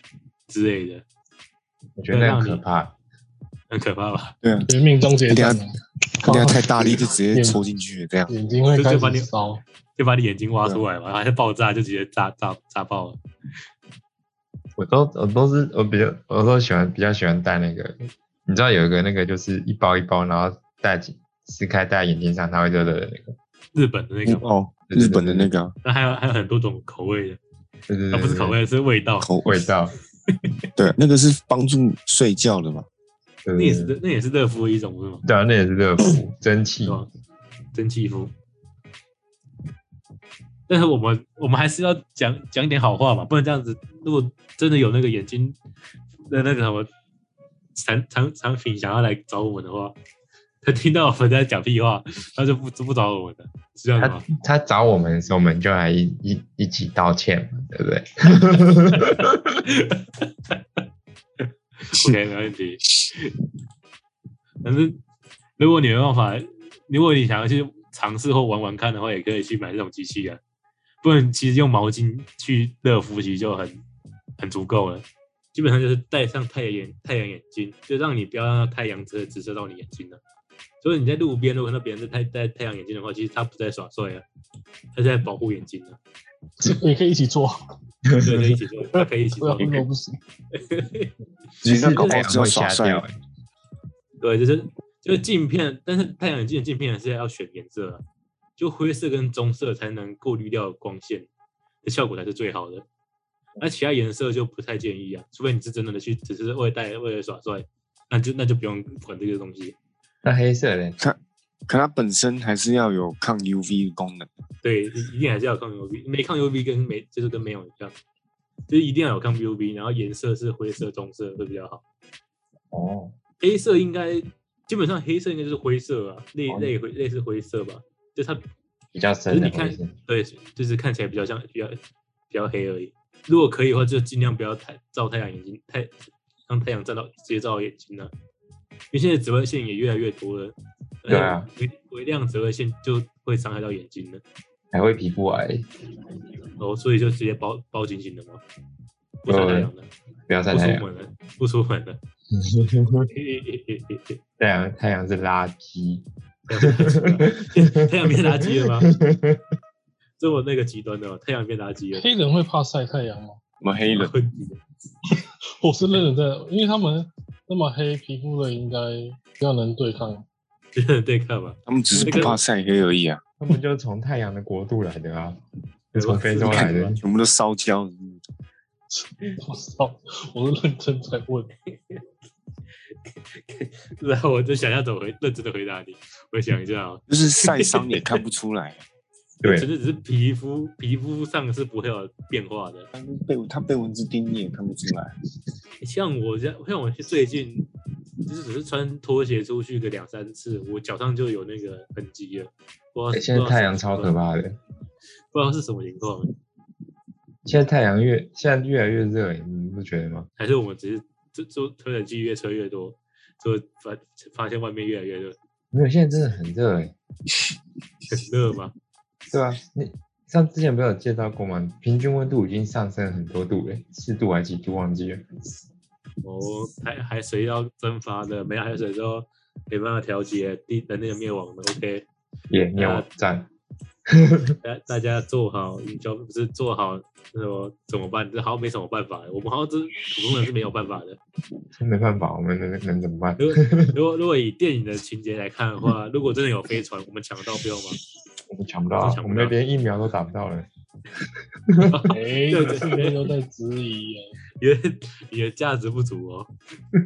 S1: 之类的，
S2: 我觉得那很可怕。
S1: 很可怕吧？
S4: 对啊，
S3: 绝命终结战啊，
S4: 等下太大力就
S1: [LAUGHS]
S4: 直接抽进去了，这样
S3: 眼睛会开
S1: 就就把你
S3: 始烧。
S1: 就把你眼睛挖
S2: 啊
S1: 出来嘛，还是爆炸就直接炸炸炸爆了。
S2: 我都我都是我比较我都喜欢比较喜欢戴那个，你知道有一个那个就是一包一包，然后戴起撕开戴眼睛上，它会热热的那个。
S1: 日本的那个嘛，
S4: 哦，
S2: 对对对
S4: 日本的那个啊
S1: 那还有还有很多种口味的，
S2: 对对
S1: 啊
S2: 对，
S1: 不是口
S2: 嗯对
S1: 味，是味道。
S4: 口
S2: 味道。
S1: [LAUGHS]
S4: 对，那个是帮助睡觉的嘛？
S2: 对
S1: 那
S2: 对
S1: 也是
S2: 对，
S1: 那也是热敷的一种，不是吗？
S2: 对啊，那也是热
S1: [LAUGHS]
S2: 敷蒸汽
S1: 对。啊吧？蒸汽敷。但是我们我们还是要讲讲一点好话嘛，不能这样子。如果真的有那个眼睛的那个什么产产产品想要来找我们的话，他听到我们在讲屁话，他就不不找我们了，是这样
S2: 他
S1: 子吗？
S2: 他找我们的时候，我们就来一一一起道歉嘛，对不对？
S1: OK，没问题。但是如果你没办法，如果你想要去尝试或玩玩看的话，也可以去买这种机器啊。不然其实用毛巾去热敷其实就很很足够了。基本上就是戴上太阳眼太阳眼镜，就让你不要让太阳直接直射到你眼睛了。所以你在路边，如果看到别人戴戴太阳眼镜的话，其实他不在耍帅啊，他在保护眼睛呢、
S3: [LAUGHS] 也可以一起做，
S1: 对，可以一起做，他可以一起
S3: 不要 [LAUGHS]
S1: 做。 [LAUGHS]
S3: 分手
S2: [LAUGHS]
S3: 不行。
S2: 只是
S4: 那搞不
S2: 太
S4: 好
S2: 阳
S4: 只有
S2: 会
S4: 耍
S2: 瞎
S4: 帅
S2: 掉、欸
S4: 啊。
S1: 对，就是就是镜片，但是太阳眼镜的镜片还是要选颜色啊，就灰色跟棕色才能过滤掉光线的效果才是最好的。那其他颜色就不太建议啊，除非你是真的去，只是为了戴为了耍帅，那就那就不用管这个东西。
S2: 那黑色的，
S4: 可它本身还是要有抗 UV 的功能。
S1: 对，一定还是要抗 UV，没抗 UV 跟没就是跟没有一样，就是一定要有抗 UV，然后颜色是灰色、棕色会比较好。
S2: 哦，
S1: 黑色应该基本上黑色应该就是灰色啊，类
S2: 哦
S1: 类灰类似灰色吧，就它
S2: 比较深的
S1: 可哎是你看
S2: 灰色。
S1: 对，就是看起来比较像比较比较黑而已。如果可以的话，就尽量不要太照太阳眼睛，太让太阳照到直接照到眼睛了、因为现在紫外线也越来越多了，哎
S2: 对啊，
S1: 微微量紫外线就会伤害到眼睛了，
S2: 还会皮肤癌，
S1: 然后所以就直接包包紧紧的嘛，不晒太阳了，
S2: 不要晒
S1: 不
S2: 太
S1: 出
S2: 阳。
S1: 门了，不出门
S2: [LAUGHS]
S1: 了，
S2: 太阳太阳是垃圾。
S1: [LAUGHS] [LAUGHS] 太阳变垃圾了吗？这么那个极端的哦，太阳变垃
S2: [LAUGHS]
S1: 圾了，
S3: 黑人会怕晒太阳吗？
S4: 我们黑人
S1: 会
S3: 我是认认真，因为他们那么黑，皮肤的应该比较能对抗。 [LAUGHS]
S1: 就是 [LAUGHS] 对看吧。
S4: 他们只是不怕晒黑而已啊，
S2: 他们就是从太阳的国度来的啊，就从非洲
S1: [LAUGHS]
S2: 来的。
S4: 全部都烧焦。
S3: 我操，我是认真在问。
S1: 然后啊我就想要怎么回认真的回答你，我想一下啊、
S4: 就是晒伤也看不出 [LAUGHS] 来，
S2: 对
S1: 纯，粹只是皮肤皮肤上是不会有变化的。
S4: 它被它被蚊子叮你也看不出来。
S1: 像我这样，像我最近就是只是穿拖鞋出去个两三次，我脚上就有那个痕迹了。不知道
S2: 欸现在太阳超可，
S1: 不知道是
S2: 怕的。
S1: 不知道是什么情况，
S2: 现在太阳越现在越来越热，欸你不觉得吗？
S1: 还是我们只是就就吹冷气越吹越多，就发发现外面越来越热，
S2: 没有，现在真的很热哎。
S1: 很热吗？
S2: 欸对啊，你像之前不是有介绍过吗？平均温度已经上升很多度了，四度还是几度忘记了。
S1: 哦，海海水要蒸发的，没有海水之后没办法调节，地人类的灭亡了。OK，
S2: 也没
S1: 呃
S2: 有赞，
S1: 大大家做好营销，不是做好那种怎么办？这好像没什么办法，我们好像这普通人是没有办法
S2: [LAUGHS]
S1: 的。
S2: 真没办法，我们能能怎么办？
S1: 如果如果如果以电影的情节来看的话，如果真的有飞船，我们抢得到飞吗？ [LAUGHS]
S2: 我们抢不到啊，
S1: 抢不
S2: 我
S1: 到
S2: 们那边疫苗都打不到了。
S3: 哎，
S1: 对
S3: 这
S1: 对
S3: 个都在质疑啊
S1: 你
S3: 耶。
S1: 的你的价值不足
S2: [LAUGHS]
S1: 哦，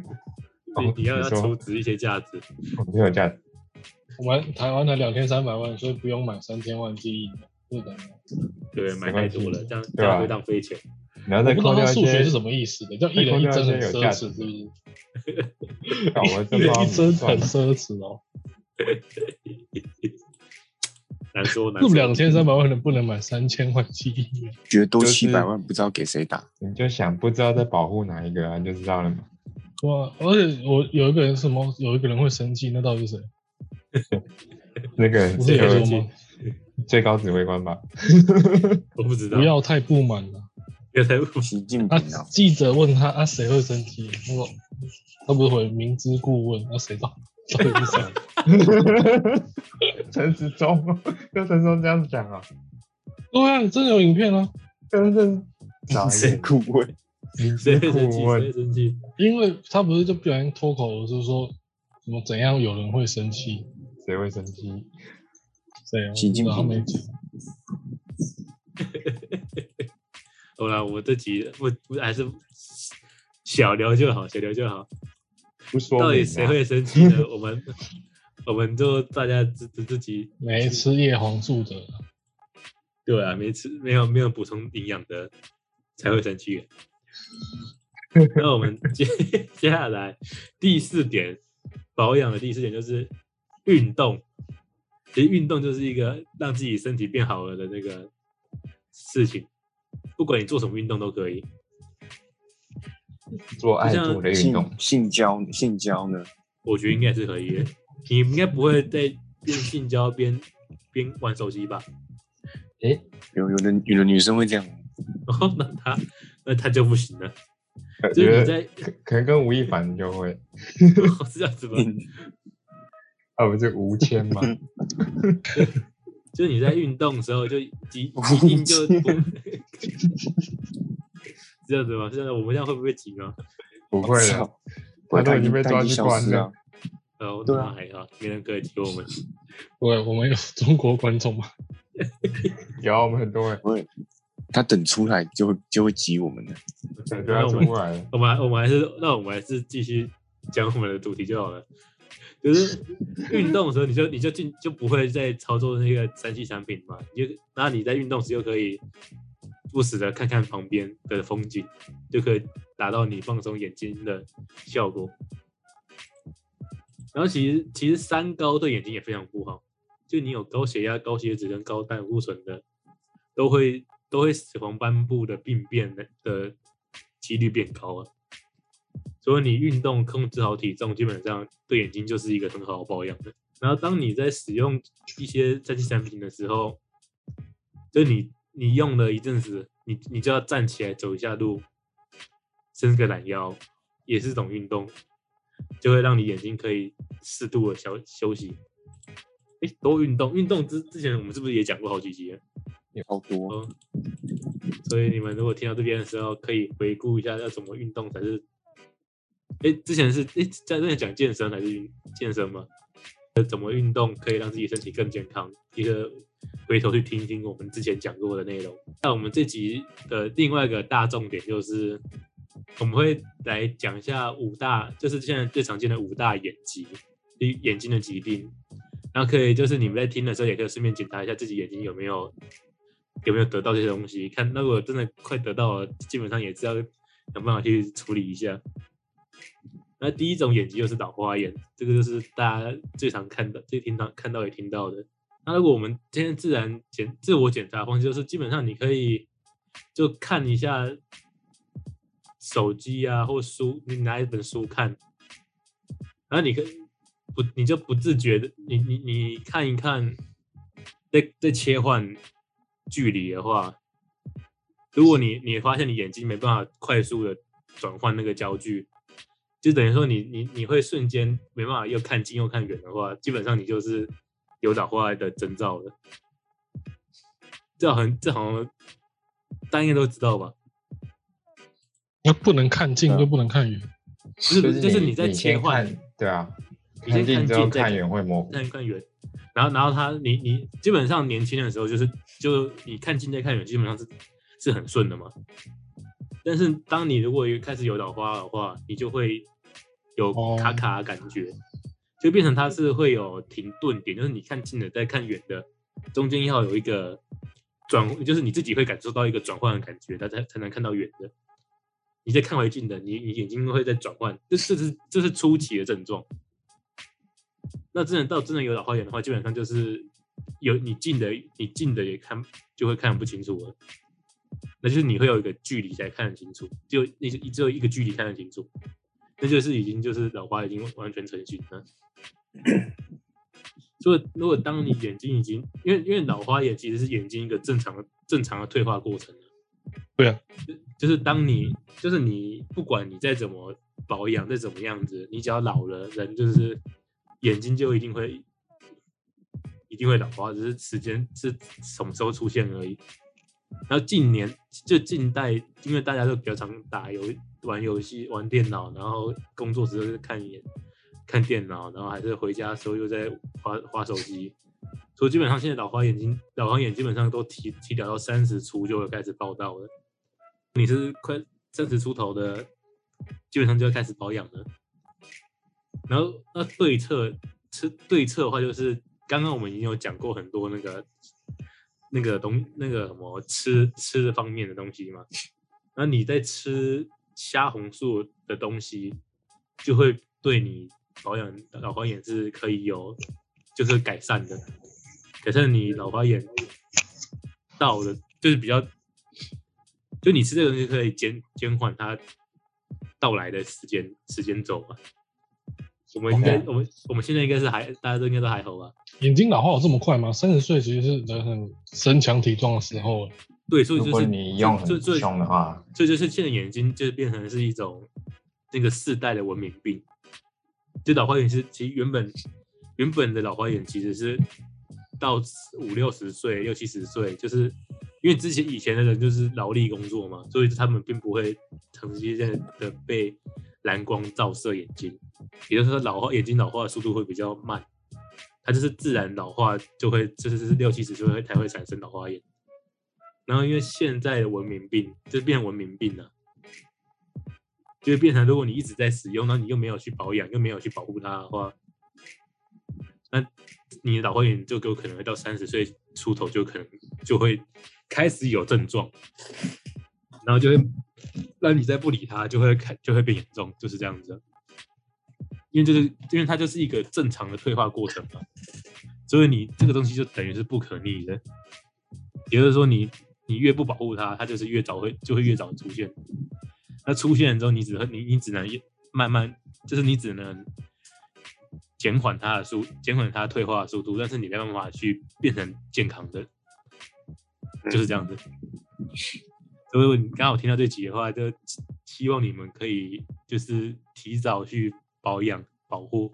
S1: 你你要
S2: 哦你
S1: 要
S2: 说
S1: 充值一些价值。
S2: 我们没有价值，
S3: 我们台湾才两千三百万，所以不用买三千万记忆日本的。啊
S1: 对，买太多了，这样这
S2: 对啊
S1: 样会浪费钱。
S2: 你要
S3: 我
S2: 再
S3: 不知道
S2: 扣掉
S3: 他
S2: 一
S3: 数学
S2: 些
S3: 是什么意思的，叫一人一针很奢侈，是不是？一
S2: 搞我真
S3: 人
S2: 不
S3: 一
S2: 知道
S3: 针
S2: 怎么
S3: 很
S2: 算
S3: 奢侈哦。
S1: 难说难
S3: 那
S1: 说。
S3: 两千三百万人不能买三千万记忆元，
S4: 觉得多
S2: 就是
S4: 七百万不知道给谁打，
S2: 你就想不知道在保护哪一个啊，你就知道了嘛。
S3: 哇！而且我有一个人什么，有一个人会生气，那到底是谁？
S2: 那个
S3: 不是
S2: 最
S3: 有
S2: 高
S3: 说吗？
S2: 最高指挥官吧？ [LAUGHS]
S1: 我不知道，[LAUGHS]
S3: 不要太不满了。
S1: 原来不
S4: 习近
S3: 啊
S4: 平 [LAUGHS] 啊，，
S3: 记者问他啊，谁会生气？他说他不是回明知故问，那、谁知道？到底是 [LAUGHS] 谁？
S2: 陈时中，跟陈时中这样讲啊，
S3: 对啊，真的有影片啊！
S2: 真是找
S4: 谁
S2: 一个
S4: 顾问？
S2: 明
S1: 谁
S2: 知
S1: 会生气？
S2: 故
S1: 谁会
S2: 问，
S1: 生气？
S3: 因为他不是就不小心脱口而出说什么怎样有人会生气？
S2: 谁会生气？
S3: 谁啊？
S4: 习近平
S3: 我不知道他没讲
S1: 好啦，我们这集不不还是小聊就好，小聊就好。
S2: 不说
S1: 到
S2: 明
S1: 底
S2: 啊
S1: 谁会生气呢？我们我们就大家自自自己
S3: 没吃叶黄素的，啊
S1: 对啊，没吃没有没有补充营养的才会生气。那我们接 [LAUGHS] 接下来第四点保养的第四点就是运动。其实运动就是一个让自己身体变好了的那个事情，不管你做什么运动都可以。
S2: 做爱
S1: 就像
S2: 做的运
S4: 性
S2: 动？
S4: 性交性交呢？
S1: 我觉得应该是可以的。你应该不会在边性交边边玩手机吧？
S2: 诶，
S4: 有有的有的女生会这样，
S1: 然 [LAUGHS] 后那他那他就不行了，
S2: 我
S1: 就
S2: 觉
S1: 是你
S2: 得
S1: 在 [LAUGHS]
S2: 可可能跟吴亦凡就会，
S1: 是这样
S4: [LAUGHS]
S1: 子吗？
S2: 啊，不是吴谦嘛？
S1: 就是你在运动的时候就急一定就不 [LAUGHS] 这样子吗？现在我们这样会不会急吗？
S2: 不会了，
S4: 操，不然
S2: 他都
S4: 他
S2: 已经被抓
S4: 已
S2: 去
S4: 消
S2: 关
S4: 失
S2: 了
S4: 啊。
S1: 呃，
S4: 对
S1: 那
S4: 啊
S1: 还好，没人可以急我们。
S3: 对，我们有中国观众嘛？
S2: 有啊我们很多人，
S4: 他等出来就会就会挤我们的。
S2: 感觉
S1: 那
S2: 要
S1: 我
S2: 出
S1: 们
S2: 不来了。
S1: 我们还我们还是那我们还是继续讲我们的主题就好了。就是运动的时候，你就你就进就不会再操作那个三 C 产品嘛？你就那你在运动时就可以不时的看看旁边的风景，就可以达到你放松眼睛的效果。然后其实其实三高对眼睛也非常不好，就你有高血压、高血脂跟高胆固醇的，都会都会使黄斑部的病变的的几率变高啊。所以你运动控制好体重，基本上对眼睛就是一个很好的保养的。然后当你在使用一些三 C 产品的时候，就你你用了一阵子，你你就要站起来走一下路，伸个懒腰，也是一种运动，就会让你眼睛可以适度的休休息。哎，多运动，运动之之前我们是不是也讲过好几集了？
S4: 超多，
S1: 哦，所以你们如果听到这边的时候，可以回顾一下要怎么运动才是。哎，之前是哎在那讲健身还是运健身吗？呃怎么运动可以让自己身体更健康？一个回头去听一听我们之前讲过的内容。那我们这集的另外一个大重点就是，我们会来讲一下五大，就是现在最常见的五大眼疾，一眼睛的疾病。然后可以就是你们在听的时候，也可以顺便检查一下自己眼睛有没有有没有得到这些东西。看那如果真的快得到了，基本上也是要想办法去处理一下。那第一种眼疾就是老花眼，这个就是大家最常看到、最听到、看到也听到的。那如果我们今天自然检自我检查方式，就是基本上你可以就看一下手机啊，或书，你拿一本书看，然后你可以不你就不自觉的，你你你看一看，再再切换距离的话，如果你你发现你眼睛没办法快速的转换那个焦距，就等于说你你你会瞬间没办法又看近又看远的话，基本上你就是有打花的征兆了。这好像这好像大家应该都知道吧？
S3: 那不能看近
S2: 嗯
S3: 又不能看远，
S1: 不是不是，就是你在切
S2: 先
S1: 换
S2: 看，对啊，
S1: 你先
S2: 看近之后
S1: 看近再
S2: 看远会模糊，
S1: 看看远，然后然后他你你基本上年轻的时候就是就你看近再看远，基本上是是很顺的嘛。但是当你如果有开始有老花的话，你就会有
S3: 哦
S1: 卡卡的感觉，就变成它是会有停顿点，就是你看近的再看远的中间要有一个转，就是你自己会感受到一个转换的感觉，它才才能看到远的。你再看回近的，你你眼睛会再转换，这这是这是初期的症状。那真的到真的有老花眼的话，基本上就是有你近的你近的也看就会看不清楚了，那就是你会有一个距离才看得清楚，就那就只有一个距离看得清楚，那就是已经就是老花已经完全成型了。所以如果当你眼睛已经因为因为老花眼其实是眼睛一个正常的正常的退化过程
S3: 对啊，
S1: 就是当你就是你不管你再怎么保养，再怎么样子，你只要老了，人就是眼睛就一定会一定会老化，只是时间是什么时候出现而已。然后近年就近代，因为大家都比较常打游、玩游戏、玩电脑，然后工作时候就是看眼、看电脑，然后还是回家的时候又在划划手机，所以基本上现在老花眼睛、老花眼基本上都提提早到三十出就会开始报道了。你是快三十出头的，基本上就要开始保养了。然后那对策，是对策的话，就是刚刚我们已经有讲过很多那个那个东那个什么吃吃的方面的东西嘛。那你在吃虾红素的东西，就会对你保养老花眼是可以有就是改善的，改善你老花眼到的，就是比较，就你吃这个东西可以减减缓它到来的时间时间轴嘛。我们应该，我们我们现在应该是还，大家都应该都还好吧？
S3: 眼睛老化有这么快吗？三十岁其实是人很身强体壮的时候，
S1: 对，所以
S2: 如
S1: 就
S2: 果
S1: 是
S2: 你用
S1: 最
S2: 很
S1: 最
S2: 凶的话，
S1: 所以就是现在眼睛就变成是一种那个世代的文明病。就老花眼是其实原本原本的老花眼其实是到五六十岁、六七十岁，就是因为之前以前的人就是劳力工作嘛，所以他们并不会长时间的被蓝光照射眼睛，也就是说老化眼睛老化的速度会比较慢，它就是自然老化就会就是是六七十岁会才会产生老花眼。然后因为现在的文明病就变文明病了，就变成如果你一直在使用，那你又没有去保养，又没有去保护它的话，那你的老花眼就有可能会到三十岁出头就可能就会开始有症状，然后就会让你再不理它，就会开就会变严重，就是这样子。啊因为就是因为它就是一个正常的退化过程嘛，所以你这个东西就等于是不可逆的。也就是说你你越不保护它，它就是越早会就会越早出现。那出现了之后，你只会你你只能慢慢，就是你只能减缓它的速，减缓它退化的速度，但是你没办法去变成健康的，就是这样子。所以你刚好听到这集的话，就希希望你们可以就是提早去保养保护，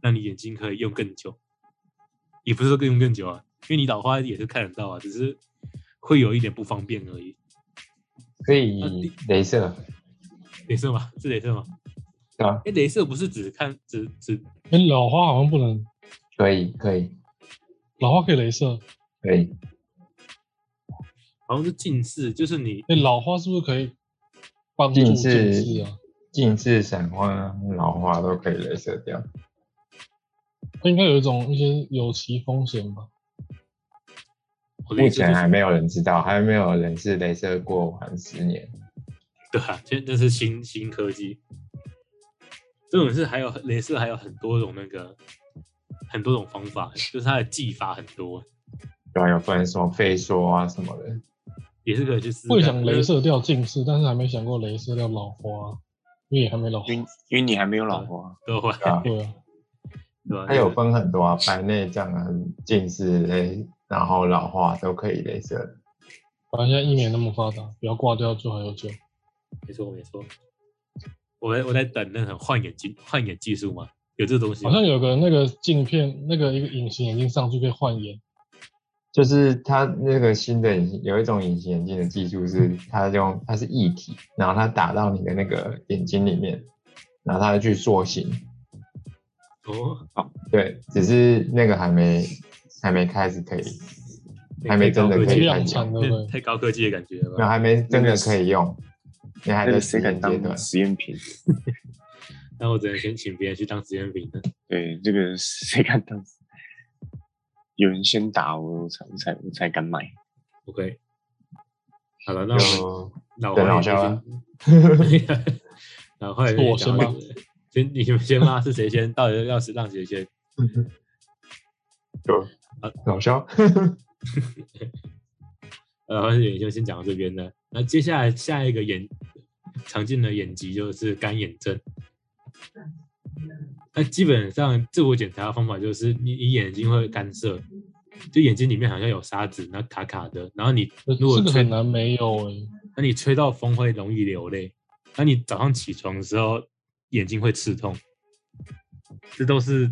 S1: 让你眼睛可以用更久。也不是说更用更久啊，因为你老花也是看得到啊，只是会有一点不方便而已。
S2: 可
S1: 呃
S2: 以镭射，
S1: 镭射吗？是镭射吗？
S2: 对啊，
S1: 哎，镭射不是只看只只
S3: 哎，老花好像不能，
S2: 可以可以
S3: 老花可以镭射，
S2: 可以，
S1: 好像是近视，就是你
S3: 哎，老花是不是可以帮助
S2: 近
S3: 近
S2: 视
S3: 视啊？
S2: 近视、散光、老化都可以镭射掉。
S3: 它应该有一种一些有其风险吧？
S1: 我的
S2: 目
S1: 意思就
S2: 前啊还
S1: 是
S2: 没有人知道，还没有人是镭射过完十年。
S1: 对啊，现在这是新新科技，这种是还有镭射还有很多种那个很多种方法，就是它的技法很多，
S2: 对啊，有分什么肺缩啊什么的，
S1: 呃也是可以去试试看。
S3: 会想镭射掉近视，但是还没想过镭射掉老花，因为也还没老花
S4: 因。为因为你还没有老花，
S1: 的话，
S2: 对啊，
S3: 对啊，
S1: 对吧？
S2: 它有分很多啊，白内障啊、近视、镭然后老化都可以镭射的。
S3: 反正现在医美那么发达，不要挂掉就还有救。
S1: 没错没错。我在我在等那种换眼镜换眼技术嘛，有这东西吗
S3: 好像有个那个镜片，那个一个隐形眼镜上去可以换眼，
S2: 就是它那个新的隐形有一种隐形眼镜的技术是，它用它是液体，然后它打到你的那个眼睛里面，然后它去塑形。
S1: 哦，
S2: 对，只是那个还没还没开始可以，还没真的可
S1: 太高科
S2: 以
S1: 技
S3: 量
S2: 开始
S3: 产
S2: 用，
S3: 对不
S1: 那
S3: 对？
S1: 太高科技的感觉了
S2: 没有
S1: 吧？
S2: 还没真的可以用，你还
S4: 那
S2: 在
S4: 个
S2: 实
S4: 谁敢
S2: 验阶段
S4: 当。实验品？
S1: 那我只能先请别人去当实验品了。
S4: 对，这个谁敢当？有人先打我，我才我才我才敢买。
S1: OK，好了，那我们
S2: 就
S1: 老
S2: 等
S1: 花
S2: 老
S1: 眼
S2: 肖
S1: 就 [LAUGHS]
S2: 啊
S1: 先，老花眼
S3: 是我
S1: 先
S3: 先吗
S1: 讲到这里？先你们先吗？是谁先？到底要是让谁先？
S2: [LAUGHS] 就
S1: 啊
S2: 老肖，
S1: 呃，花眼就先讲到这边了。那接下来下一个眼常见的眼疾就是干眼症。那基本上自我检查的方法就是你你眼睛会干涩，就眼睛里面好像有沙子，然后卡卡的，然后你如果
S3: 呃这个
S1: 吹
S3: 很难没有欸诶、
S1: 那你吹到风会容易流泪，那你早上起床的时候眼睛会刺痛，这都是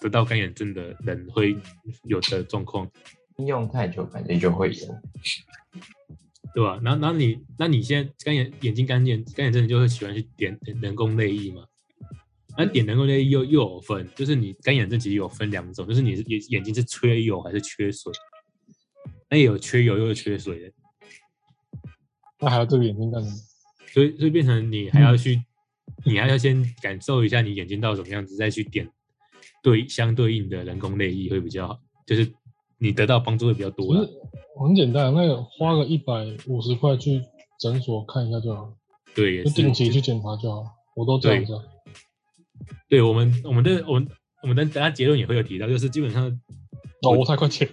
S1: 得到干眼症的人会有的状况，
S2: 用太久感觉就会有。
S1: 对吧？然后，然后你，那你现在干眼眼睛干眼干眼症，你就会喜欢去点人工泪液嘛？那点人工泪液又又有分，就是你干眼症其实有分两种，就是你是眼眼睛是缺油还是缺水，那也有缺油又有缺水的，
S3: 那还有这个眼睛干什么？
S1: 所以所以变成你还要去，你还要先感受一下你眼睛到底怎么样子，再去点对相对应的人工泪液会比较好，就是你得到帮助会比较多
S3: 不
S1: 啦
S3: 是。很简单，那个花个一百五十块去诊所看一下就好了，
S1: 对，也
S3: 就定
S1: 是。
S3: 期去检查就好了。我都这样子啊，
S1: 对我们我们的我们我们的等下结论也会有提到，就是基本上，
S3: 哦，我太快切了，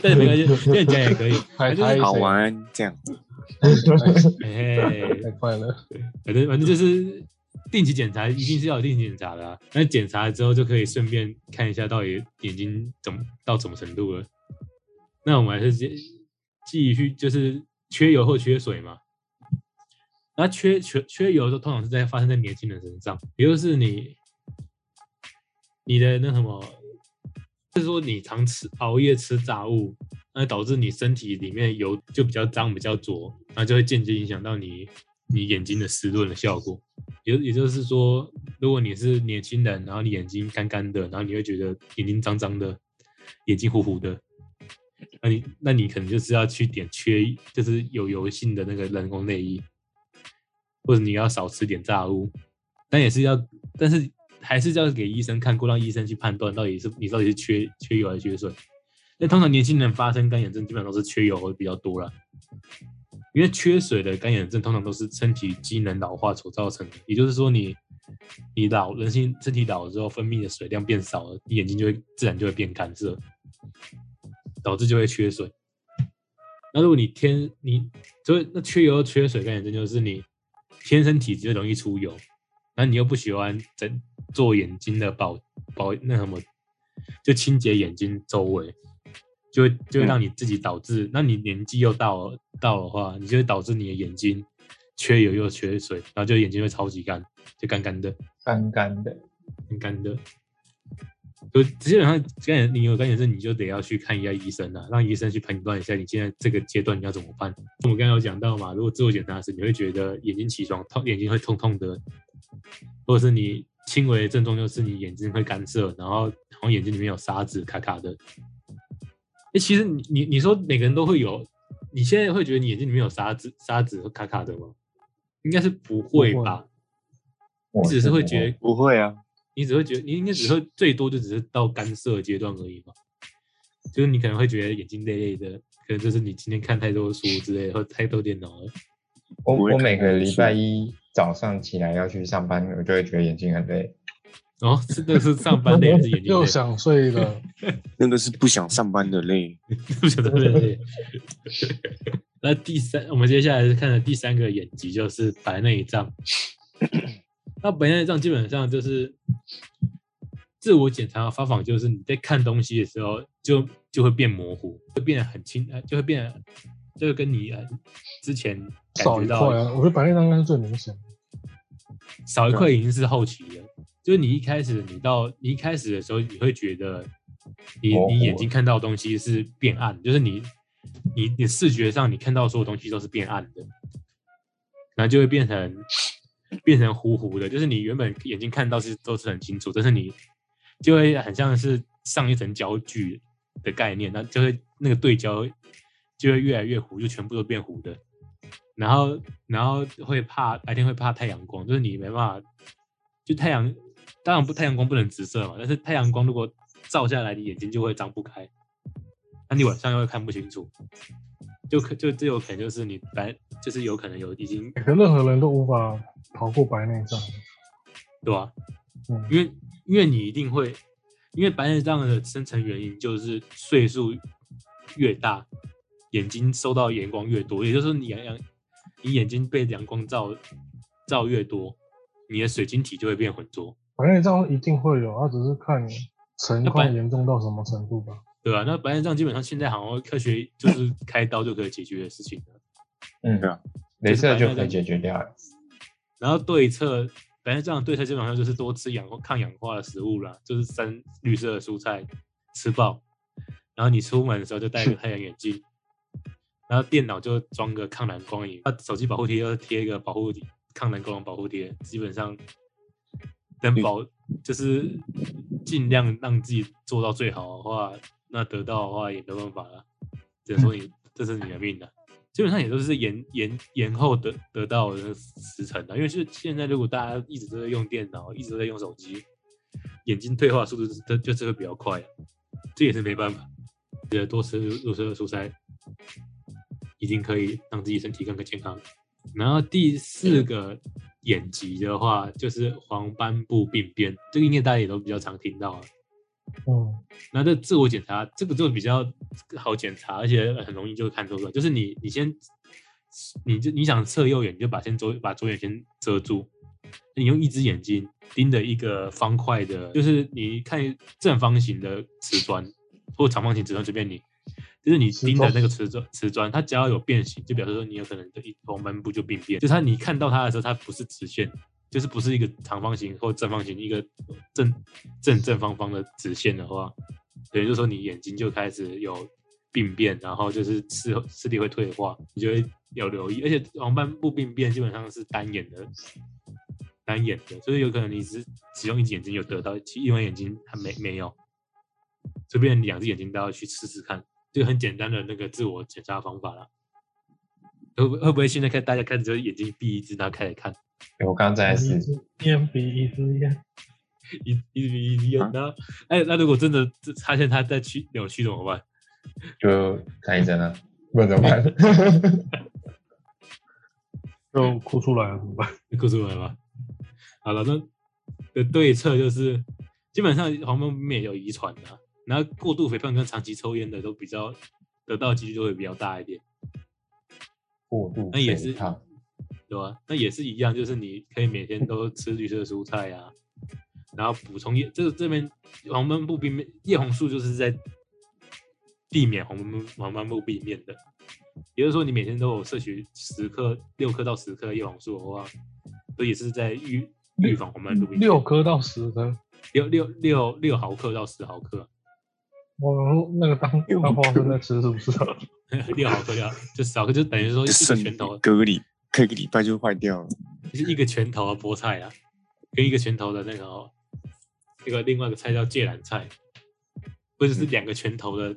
S1: 但是没关系，这样讲也可以。
S3: 太
S1: 反
S3: 太
S1: 正
S4: 好，晚安，这样。
S1: 哎，
S3: 太快了。
S1: 反正反正就是定期检查，一定是要有定期检查的、啊。那检查了之后就可以顺便看一下到底眼睛怎么到什么程度了。那我们还是继继续就是缺油或缺水嘛。那缺缺缺油都通常是在发生在年轻人身上，也就是你你的那什么，就是说你常吃熬夜吃炸物，那导致你身体里面油就比较脏、比较浊，那就会间接影响到你你眼睛的湿润的效果。也也就是说，如果你是年轻人，然后你眼睛干干的，然后你会觉得眼睛脏脏的，眼睛糊糊的，那你那你可能就是要去点缺，就是有油性的那个人工内衣，或者你要少吃点炸物，但也是要，但是还是要给医生看过，让医生去判断到底是你到底是缺缺油还是缺水。那通常年轻人发生干眼症，基本上都是缺油会比较多啦。因为缺水的干眼症通常都是身体机能老化所造成的，也就是说你你老人性身体老了之后分泌的水量变少了，你眼睛就会自然就会变干涩，导致就会缺水。那如果你天你所以那缺油缺水干眼症就是你天生体质就容易出油，然后你又不喜欢整做眼睛的保保那什么，就清洁眼睛周围，就会就会让你自己导致，那你年纪又到了到的话，你就会导致你的眼睛缺油又缺水，然后就眼睛会超级干，就干干的。
S2: 干干的，
S1: 很干的。就基本上，干眼你有干眼症，你就得要去看一下医生了、啊让医生去判断一下你现在这个阶段你要怎么办。我们刚才有讲到嘛，如果自我检查时，你会觉得眼睛起床痛，眼睛会痛痛的，或者是你轻微的症状就是你眼睛会干涩，然后好像眼睛里面有沙子，卡卡的。哎、其实你你你说每个人都会有，你现在会觉得你眼睛里面有沙子、沙子和卡卡的吗？应该是不会
S3: 不会
S1: 吧？
S2: 我
S1: 你只是会觉得
S4: 不会啊，
S1: 你只会觉得你应该只会最多就只是到干涩的阶段而已嘛，就是你可能会觉得眼睛累累的，可能就是你今天看太多书之类的，或太多电脑了。
S2: 我
S4: 不会
S2: 我
S4: 看
S2: 每个
S4: 电
S2: 礼
S4: 视
S2: 拜一早上起来要去上班，我就会觉得眼睛很累。
S1: 哦，真的是上班累还是眼睛
S3: 又
S1: 累？
S3: 想睡了，
S4: 那个是不想上班的累。
S3: [LAUGHS]
S1: 不晓得累不累。 [LAUGHS] 那第三，我们接下来是看的第三个眼疾就是
S3: [LAUGHS]
S1: 白内障。那白内障基本上就是自我检查方法就是你在看东西的时候就就会变模糊，会变得很清，呃就会变得，就会跟你呃之前感
S3: 少
S1: 觉
S3: 一块
S1: 到
S3: 啊！我觉得白内障应该是最明显的。
S1: 少一块已经是后期了，就是你一开始你到你一开始的时候，你会觉得你
S2: 模糊
S1: 你眼睛看到的东西是变暗，就是你你你视觉上你看到所有东西都是变暗的，然后就会变成变成糊糊的，就是你原本眼睛看到是都是很清楚，但是你就会很像是上一层焦距的概念，那就会那个对焦就会越来越糊，就全部都变糊的。然后然后会怕白天会怕太阳光，就是你没办法，就太阳当然不太阳光不能直射嘛，但是太阳光如果照下来，你眼睛就会张不开，那你晚上又会看不清楚，就可就这有可能就是你白就是有可能有已经
S3: 可任何人都无法逃过白内障。
S1: 对吧、
S3: 嗯
S1: 因为因为你一定会，因为白内障的生成原因就是岁数越大，眼睛受到阳光越多，也就是说你阳阳你眼睛被阳光照照越多，你的水晶体就会变浑浊，
S3: 白内障一定会有，他只是看你情
S1: 那白
S3: 况严重到什么程度吧。
S1: 对吧、那白内障基本上现在好像科学就是开刀就可以解决的事情了。
S2: 嗯
S4: 对啊，
S2: 镭射就可以解决掉了。
S1: 然后对策，白内障的对策基本上就是多吃氧抗氧化的食物啦，就是三绿色的蔬菜吃爆，然后你出门的时候就戴个太阳眼镜，然后电脑就装个抗蓝光影，那手机保护贴要贴一个保护抗蓝光的保护贴，基本上能保就是尽量让自己做到最好的话，那得到的话也没办法了，只能说你这是你的命了、啊基本上也都是延延延后得得到的时辰的、因为是现在如果大家一直都在用电脑，一直都在用手机，眼睛退化速度就是就就是会比较快，啊这也是没办法。觉得多吃多吃蔬菜，已经可以让自己身体更更健康。然后第四个眼疾的话，就是黄斑部病变，这个应该大家也都比较常听到啊。
S3: 嗯，
S1: 那这自我检查这个就比较好检查，而且很容易就看出来。就是你你先，你就你想测右眼，你就把先左把左眼先遮住，你用一只眼睛盯着一个方块的，就是你看正方形的瓷砖或长方形瓷砖，随便你。就是你
S3: 瓷
S1: 盯着
S3: 砖
S1: 那个瓷砖，瓷砖它只要有变形，就表示说你有可能的一黄斑部就病变。就是它你看到它的时候，它不是直线，就是不是一个长方形或正方形，一个正正正方方的直线的话，等于就是说你眼睛就开始有病变，然后就是视视力会退化，你就会有留意。而且黄斑部病变基本上是单眼的，单眼的，所以有可能你只只用一只眼睛有得到，其另外眼睛它没没有。这边两只眼睛都要去试试看，这个很简单的那个自我检查方法啦。会不会不会现在看大家开始就眼睛闭一只，然后开始看？
S2: 对我刚刚正在
S3: 嗯
S2: 试，
S3: 烟鼻一支烟，
S1: 一一一一
S4: 啊
S1: 那哎，那如果真的发现他在去扭曲怎么办？
S2: 就看医生了， [LAUGHS] 不然怎么办？
S3: 就哭出来了怎么办？
S1: 哭出来吧。好了，那的对策就是，基本上黄斑病也有遗传的啊、然后过度肥胖跟长期抽烟的都比较得到几率都会比较大一点，
S2: 过度
S1: 那也是
S2: 肥胖，
S1: 对吧、啊那也是一样，就是你可以每天都吃绿色蔬菜啊，然后补充叶，这个这边黄斑部病变叶红素就是在避免黄斑黄斑部病变的，也就是说你每天都有摄取十克六克到十克叶黄素的话，所以也是在预预防黄斑部病变。
S3: 六颗到十颗，
S1: 六六六六毫克到十毫克， [LAUGHS]
S3: 我说那个当
S4: 六颗
S3: 当花生在吃是不是？
S1: 六毫克要就十毫克，就等于说一个
S4: 就剩
S1: 拳头，
S4: 隔离，隔个礼拜就坏掉了。
S1: 就是一个拳头的菠菜啊，跟一个拳头的那个哦那个另外一个菜叫芥蓝菜，或者是两个拳头的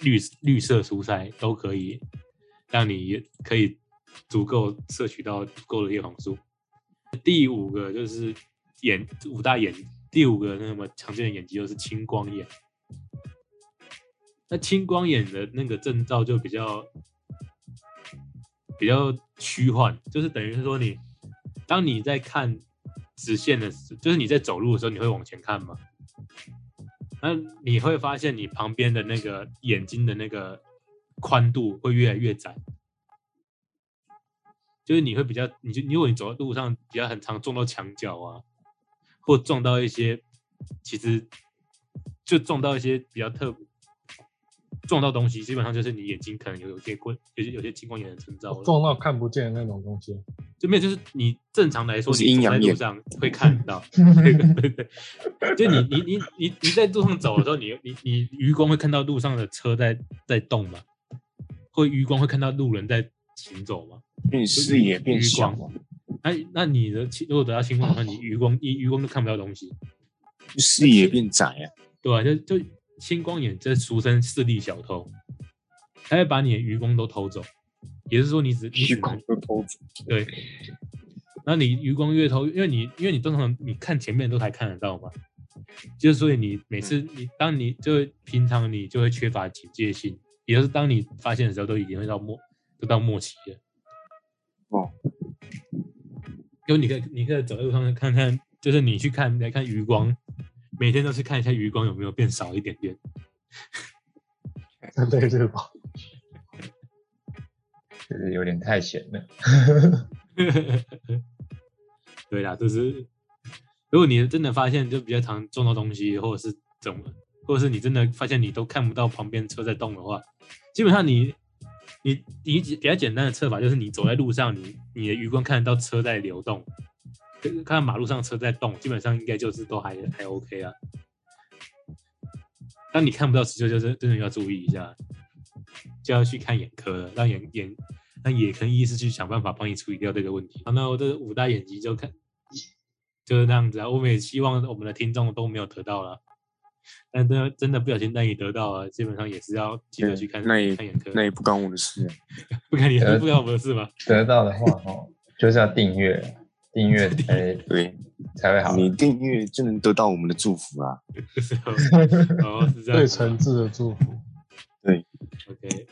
S1: 绿绿色蔬菜都可以让你可以足够摄取到足够的叶黄素。第五个就是眼五大眼，第五个那么常见的眼疾就是青光眼。那青光眼的那个症兆就比较比较虚幻，就是等于是说你当你在看直线的时，就是你在走路的时候，你会往前看嘛？那你会发现你旁边的那个眼睛的那个宽度会越来越窄，就是你会比较，你就如果你走在路上比较很常撞到墙角啊，或撞到一些其实就撞到一些比较特撞到东西，基本上就是你眼睛可能有有些过有些有些青光眼的征兆了，
S3: 撞到看不见的那种东西，
S1: 就没有，就是你正常来说，
S4: 就是
S1: 你
S4: 阴
S1: 走在
S4: 阳
S1: 路
S4: 眼
S1: 上会看到，对对对，就你你你你你在路上走的时候，你你你余光会看到路上的车在在动吗？会余光会看到路人在行走吗？
S4: 因为你视野变
S1: 余
S4: 小啊
S1: 光
S4: 了，
S1: 那那你的青如果得到青光的话，你余光你余光都看不到东西，
S4: 就视野变窄啊。
S1: 对吧、就就青光眼这俗称视力小偷，他会把你的余光都偷走，也就是说你只你只
S4: 虚
S1: 能
S4: 空都偷走，
S1: 对，那你余光越投，因为你因为你通常你看前面都才看得到嘛，就是所以你每次你当你就平常你就会缺乏警戒心，也就是当你发现的时候都已经会到末都到末期了。
S4: 哦，
S1: 就你可以你可以走在路上看看，就是你去看来看余光，每天都是看一下余光有没有变少一点点。
S3: 对对吧？
S2: 就是有点太闲了。
S1: [LAUGHS] 对啦，就是如果你真的发现就比较常撞到东西，或者是怎么，或者是你真的发现你都看不到旁边车在动的话，基本上你你你比较简单的测法就是你走在路上，你你的余光看得到车在流动，就是看到马路上车在动，基本上应该就是都还还 OK 啊。当你看不到时，就就是真的要注意一下，就要去看眼科了，让眼眼那也可以医师去想办法帮你处理掉这个问题。好，那我这五大眼疾就看就是这样子啊。我们也希望我们的听众都没有得到了，但真的真的不小心让你得到了，基本上也是要记得去看
S4: 那也
S1: 看眼科。
S4: 那也不关我的事啊。
S1: 不看你
S2: 呃
S1: 不干我们的事吗？
S2: 得到的 [LAUGHS] 话哦，就是要订阅， [LAUGHS] 订阅才
S4: 对
S2: 才会好。啊
S4: 你订阅就能得到我们的祝福啊！
S1: 是
S4: [LAUGHS]
S1: 哦，哦是这样
S3: 对
S1: 子吗
S3: 诚挚的祝福，
S1: OK，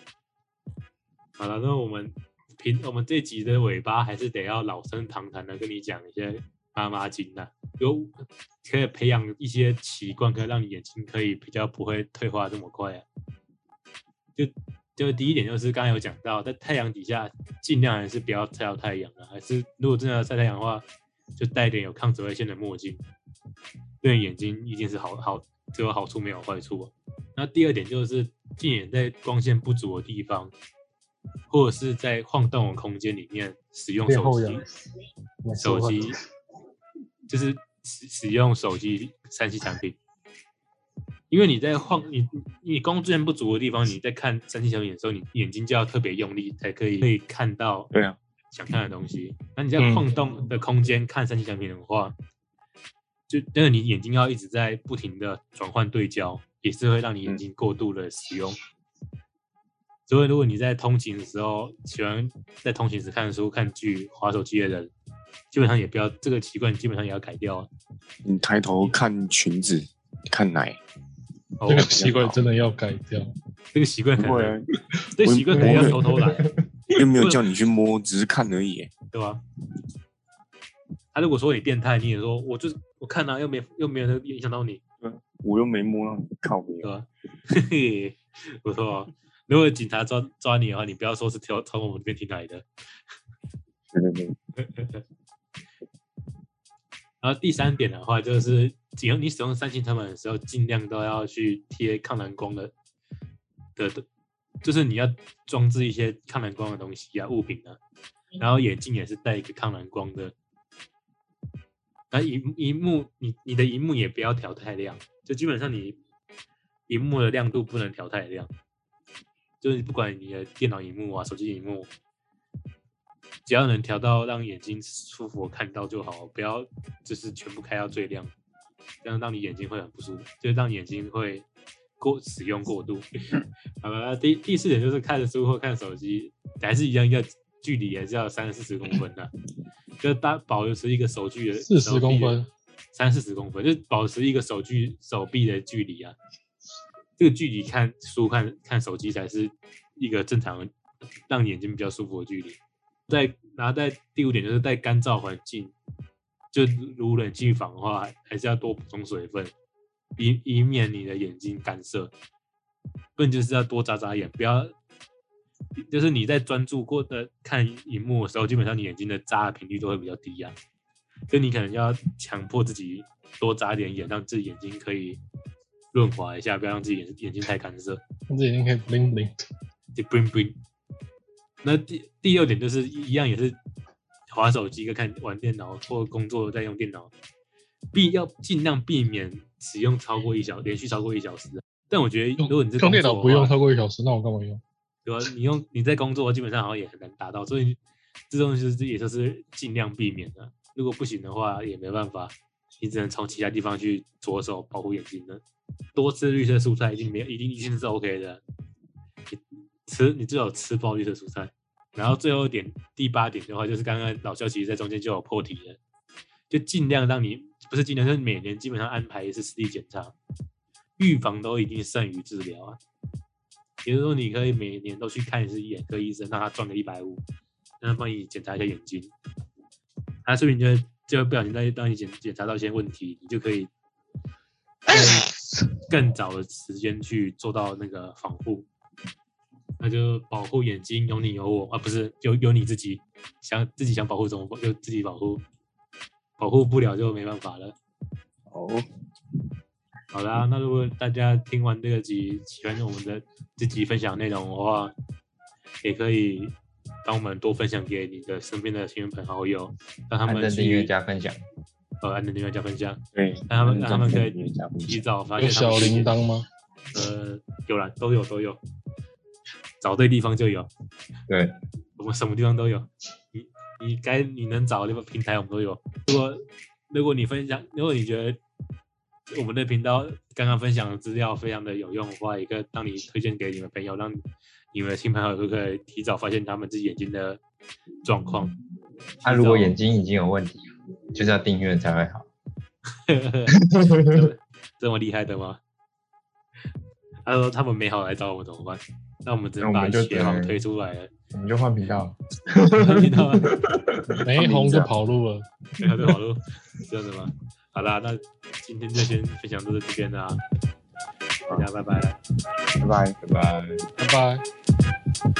S1: 好了，那我们平我们这集的尾巴还是得要老生常谈的跟你讲一些妈妈经呐、有可以培养一些习惯，可以让你眼睛可以比较不会退化这么快啊。就就第一点就是刚才有讲到，在太阳底下尽量还是不要晒到太阳啊，还是如果真的要晒太阳的话，就戴一点有抗紫外线的墨镜，对眼睛一定是好好只有好处没有坏处啊。那第二点就是近眼在光线不足的地方，或者是在晃动的空间里面使用
S3: 变
S1: 手
S3: 后
S1: 机
S3: 仰，没
S1: 手
S3: 错
S1: 机就是使使用手机三 C 产品，因为你在晃你你光线不足的地方，你在看三 C 产品的时候，你眼睛就要特别用力才可以可以看到
S4: 对啊，嗯
S1: 想看的东西。那你在晃动的空间看三 C 产品的话，就真的你眼睛要一直在不停的转换对焦，也是会让
S4: 嗯
S1: 你眼睛过度的使用。所以，如果你在通勤的时候喜欢在通勤时看书、看剧、划手机的人，基本上也不要这个习惯，基本上也要改掉啊。
S4: 你抬头看裙子，看奶，
S1: 哦
S3: 这个习惯真的要改掉。
S1: 这个习惯可
S4: 不会
S1: 能
S4: 啊，
S1: 这习惯可能要偷偷来，
S4: 又没有叫你去摸，只是看而已。欸
S1: 对吧？他如果说你变态，你也说我就是我看啊，又没又没有影响到你，
S4: 我又没摸到你，靠啊没
S1: 对吧？ [LAUGHS] 嘿嘿，不错哦。如果警察抓抓你的话，你不要说是从从我们这边听来的。
S4: 对对对，
S1: 然后第三点的话，就是只要你使用三星产品的时候，尽量都要去贴抗蓝光的的的，就是你要装置一些抗蓝光的东西啊、物品啊。然后眼镜也是带一个抗蓝光的。那荧荧幕，你你的荧幕也不要调太亮，就基本上你荧幕的亮度不能调太亮，就是不管你的电脑荧幕啊、手机荧幕，只要能调到让眼睛舒服看到就好，不要就是全部开到最亮，这样让你眼睛会很不舒服，就让眼睛会过使用过度。
S3: 嗯
S1: [LAUGHS] 好了，那第第四点就是看书或看手机，还是一样要距离还是要三四十公分的、就大保持一个手距的
S3: 四十公，
S1: 手臂的
S3: 分，
S1: 三四十公分，就是保持一个手距手臂的距离啊。这个距离看书、看看手机才是一个正常的让眼睛比较舒服的距离。在然后在第五点就是在干燥环境，就如冷气房的话，还是要多补充水分，以以免你的眼睛干涩。不然就是要多眨眨眼，不要呃就是你在专注过的看荧幕的时候，基本上你眼睛的眨的频率都会比较低啊。就你可能要强迫自己多眨点眼，让自己眼睛可以润滑一下，不要让自己眼眼睛太干涩。
S3: 那这已经可以 bling bling 的
S1: 就 bling bling。那第第六点就是一样也是滑手机跟看玩电脑或工作在用电脑，避要尽量避免使用超过一小连续超过一小时。啊但我觉得如果你是
S3: 用
S1: 工
S3: 电脑
S1: 作的
S3: 不用
S1: 话
S3: 超过一小时，那我干嘛用？
S1: 对吧、你用你在工作基本上好像也很难达到，所以这东西就是也就是尽量避免的。如果不行的话，也没办法，你只能从其他地方去着手保护眼睛的。多吃绿色蔬菜一定没有一定一定是 OK 的，你吃你至少吃爆绿色蔬菜。然后最后一点第八点的话，就是刚刚老肖其实在中间就有破题了，就尽量让你不是尽量，就是每年基本上安排一次视力检查，预防都一定胜于治疗啊。比如说，你可以每年都去看一次眼科医生，让他赚个一百五，让他帮你检查一下眼睛。他说不定就会就会不小心让你让你检检查到一些问题，你就可以更更早的时间去做到那个防护。那就保护眼睛，有你有我啊，不是有有你自己，想自己想保护怎么保就自己保护，保护不了就没办法了。
S4: 哦，
S1: 好啦，那如果大家听完这个集，喜欢我们的这集分享内容的话，也可以帮我们多分享给你的身边的亲朋好友，让他
S2: 按
S1: 们
S2: 正
S1: 去
S2: 订阅加分享，
S1: 呃按的订阅加分享，
S4: 对，
S1: 让他们让他们可以
S4: 加分
S1: 提
S4: 享
S1: 早发
S3: 有
S1: 现他
S3: 小
S1: 们
S3: 铃铛吗？
S1: 呃有啦，都有都有，找对地方就有，
S2: 对，
S1: 我们什么地方都有，你你该你能找的平台我们都有。如果如果你分享，如果你觉得我们的频道刚刚分享的资料非常的有用的话，也可以让你推荐给你们朋友，让你们的亲朋好友都可以提早发现他们自己眼睛的状况。
S2: 他、啊如果眼睛已经有问题，就是要订阅才会好。
S1: [LAUGHS] 这 [LAUGHS] 这么厉害的吗？他说他们没好来找我们怎么办？那我们只能
S2: 那
S1: 把
S2: 我们就
S1: 鞋行
S2: 只能
S1: 推出来了。
S2: 我们就换频道，
S1: [LAUGHS] 听到吗？
S3: 没红就跑路了。
S1: 对啊，对网络这样子吗？好啦，那今天就先分享到这边啦，大家拜拜。
S4: 拜拜。
S2: 拜拜。
S3: 拜拜。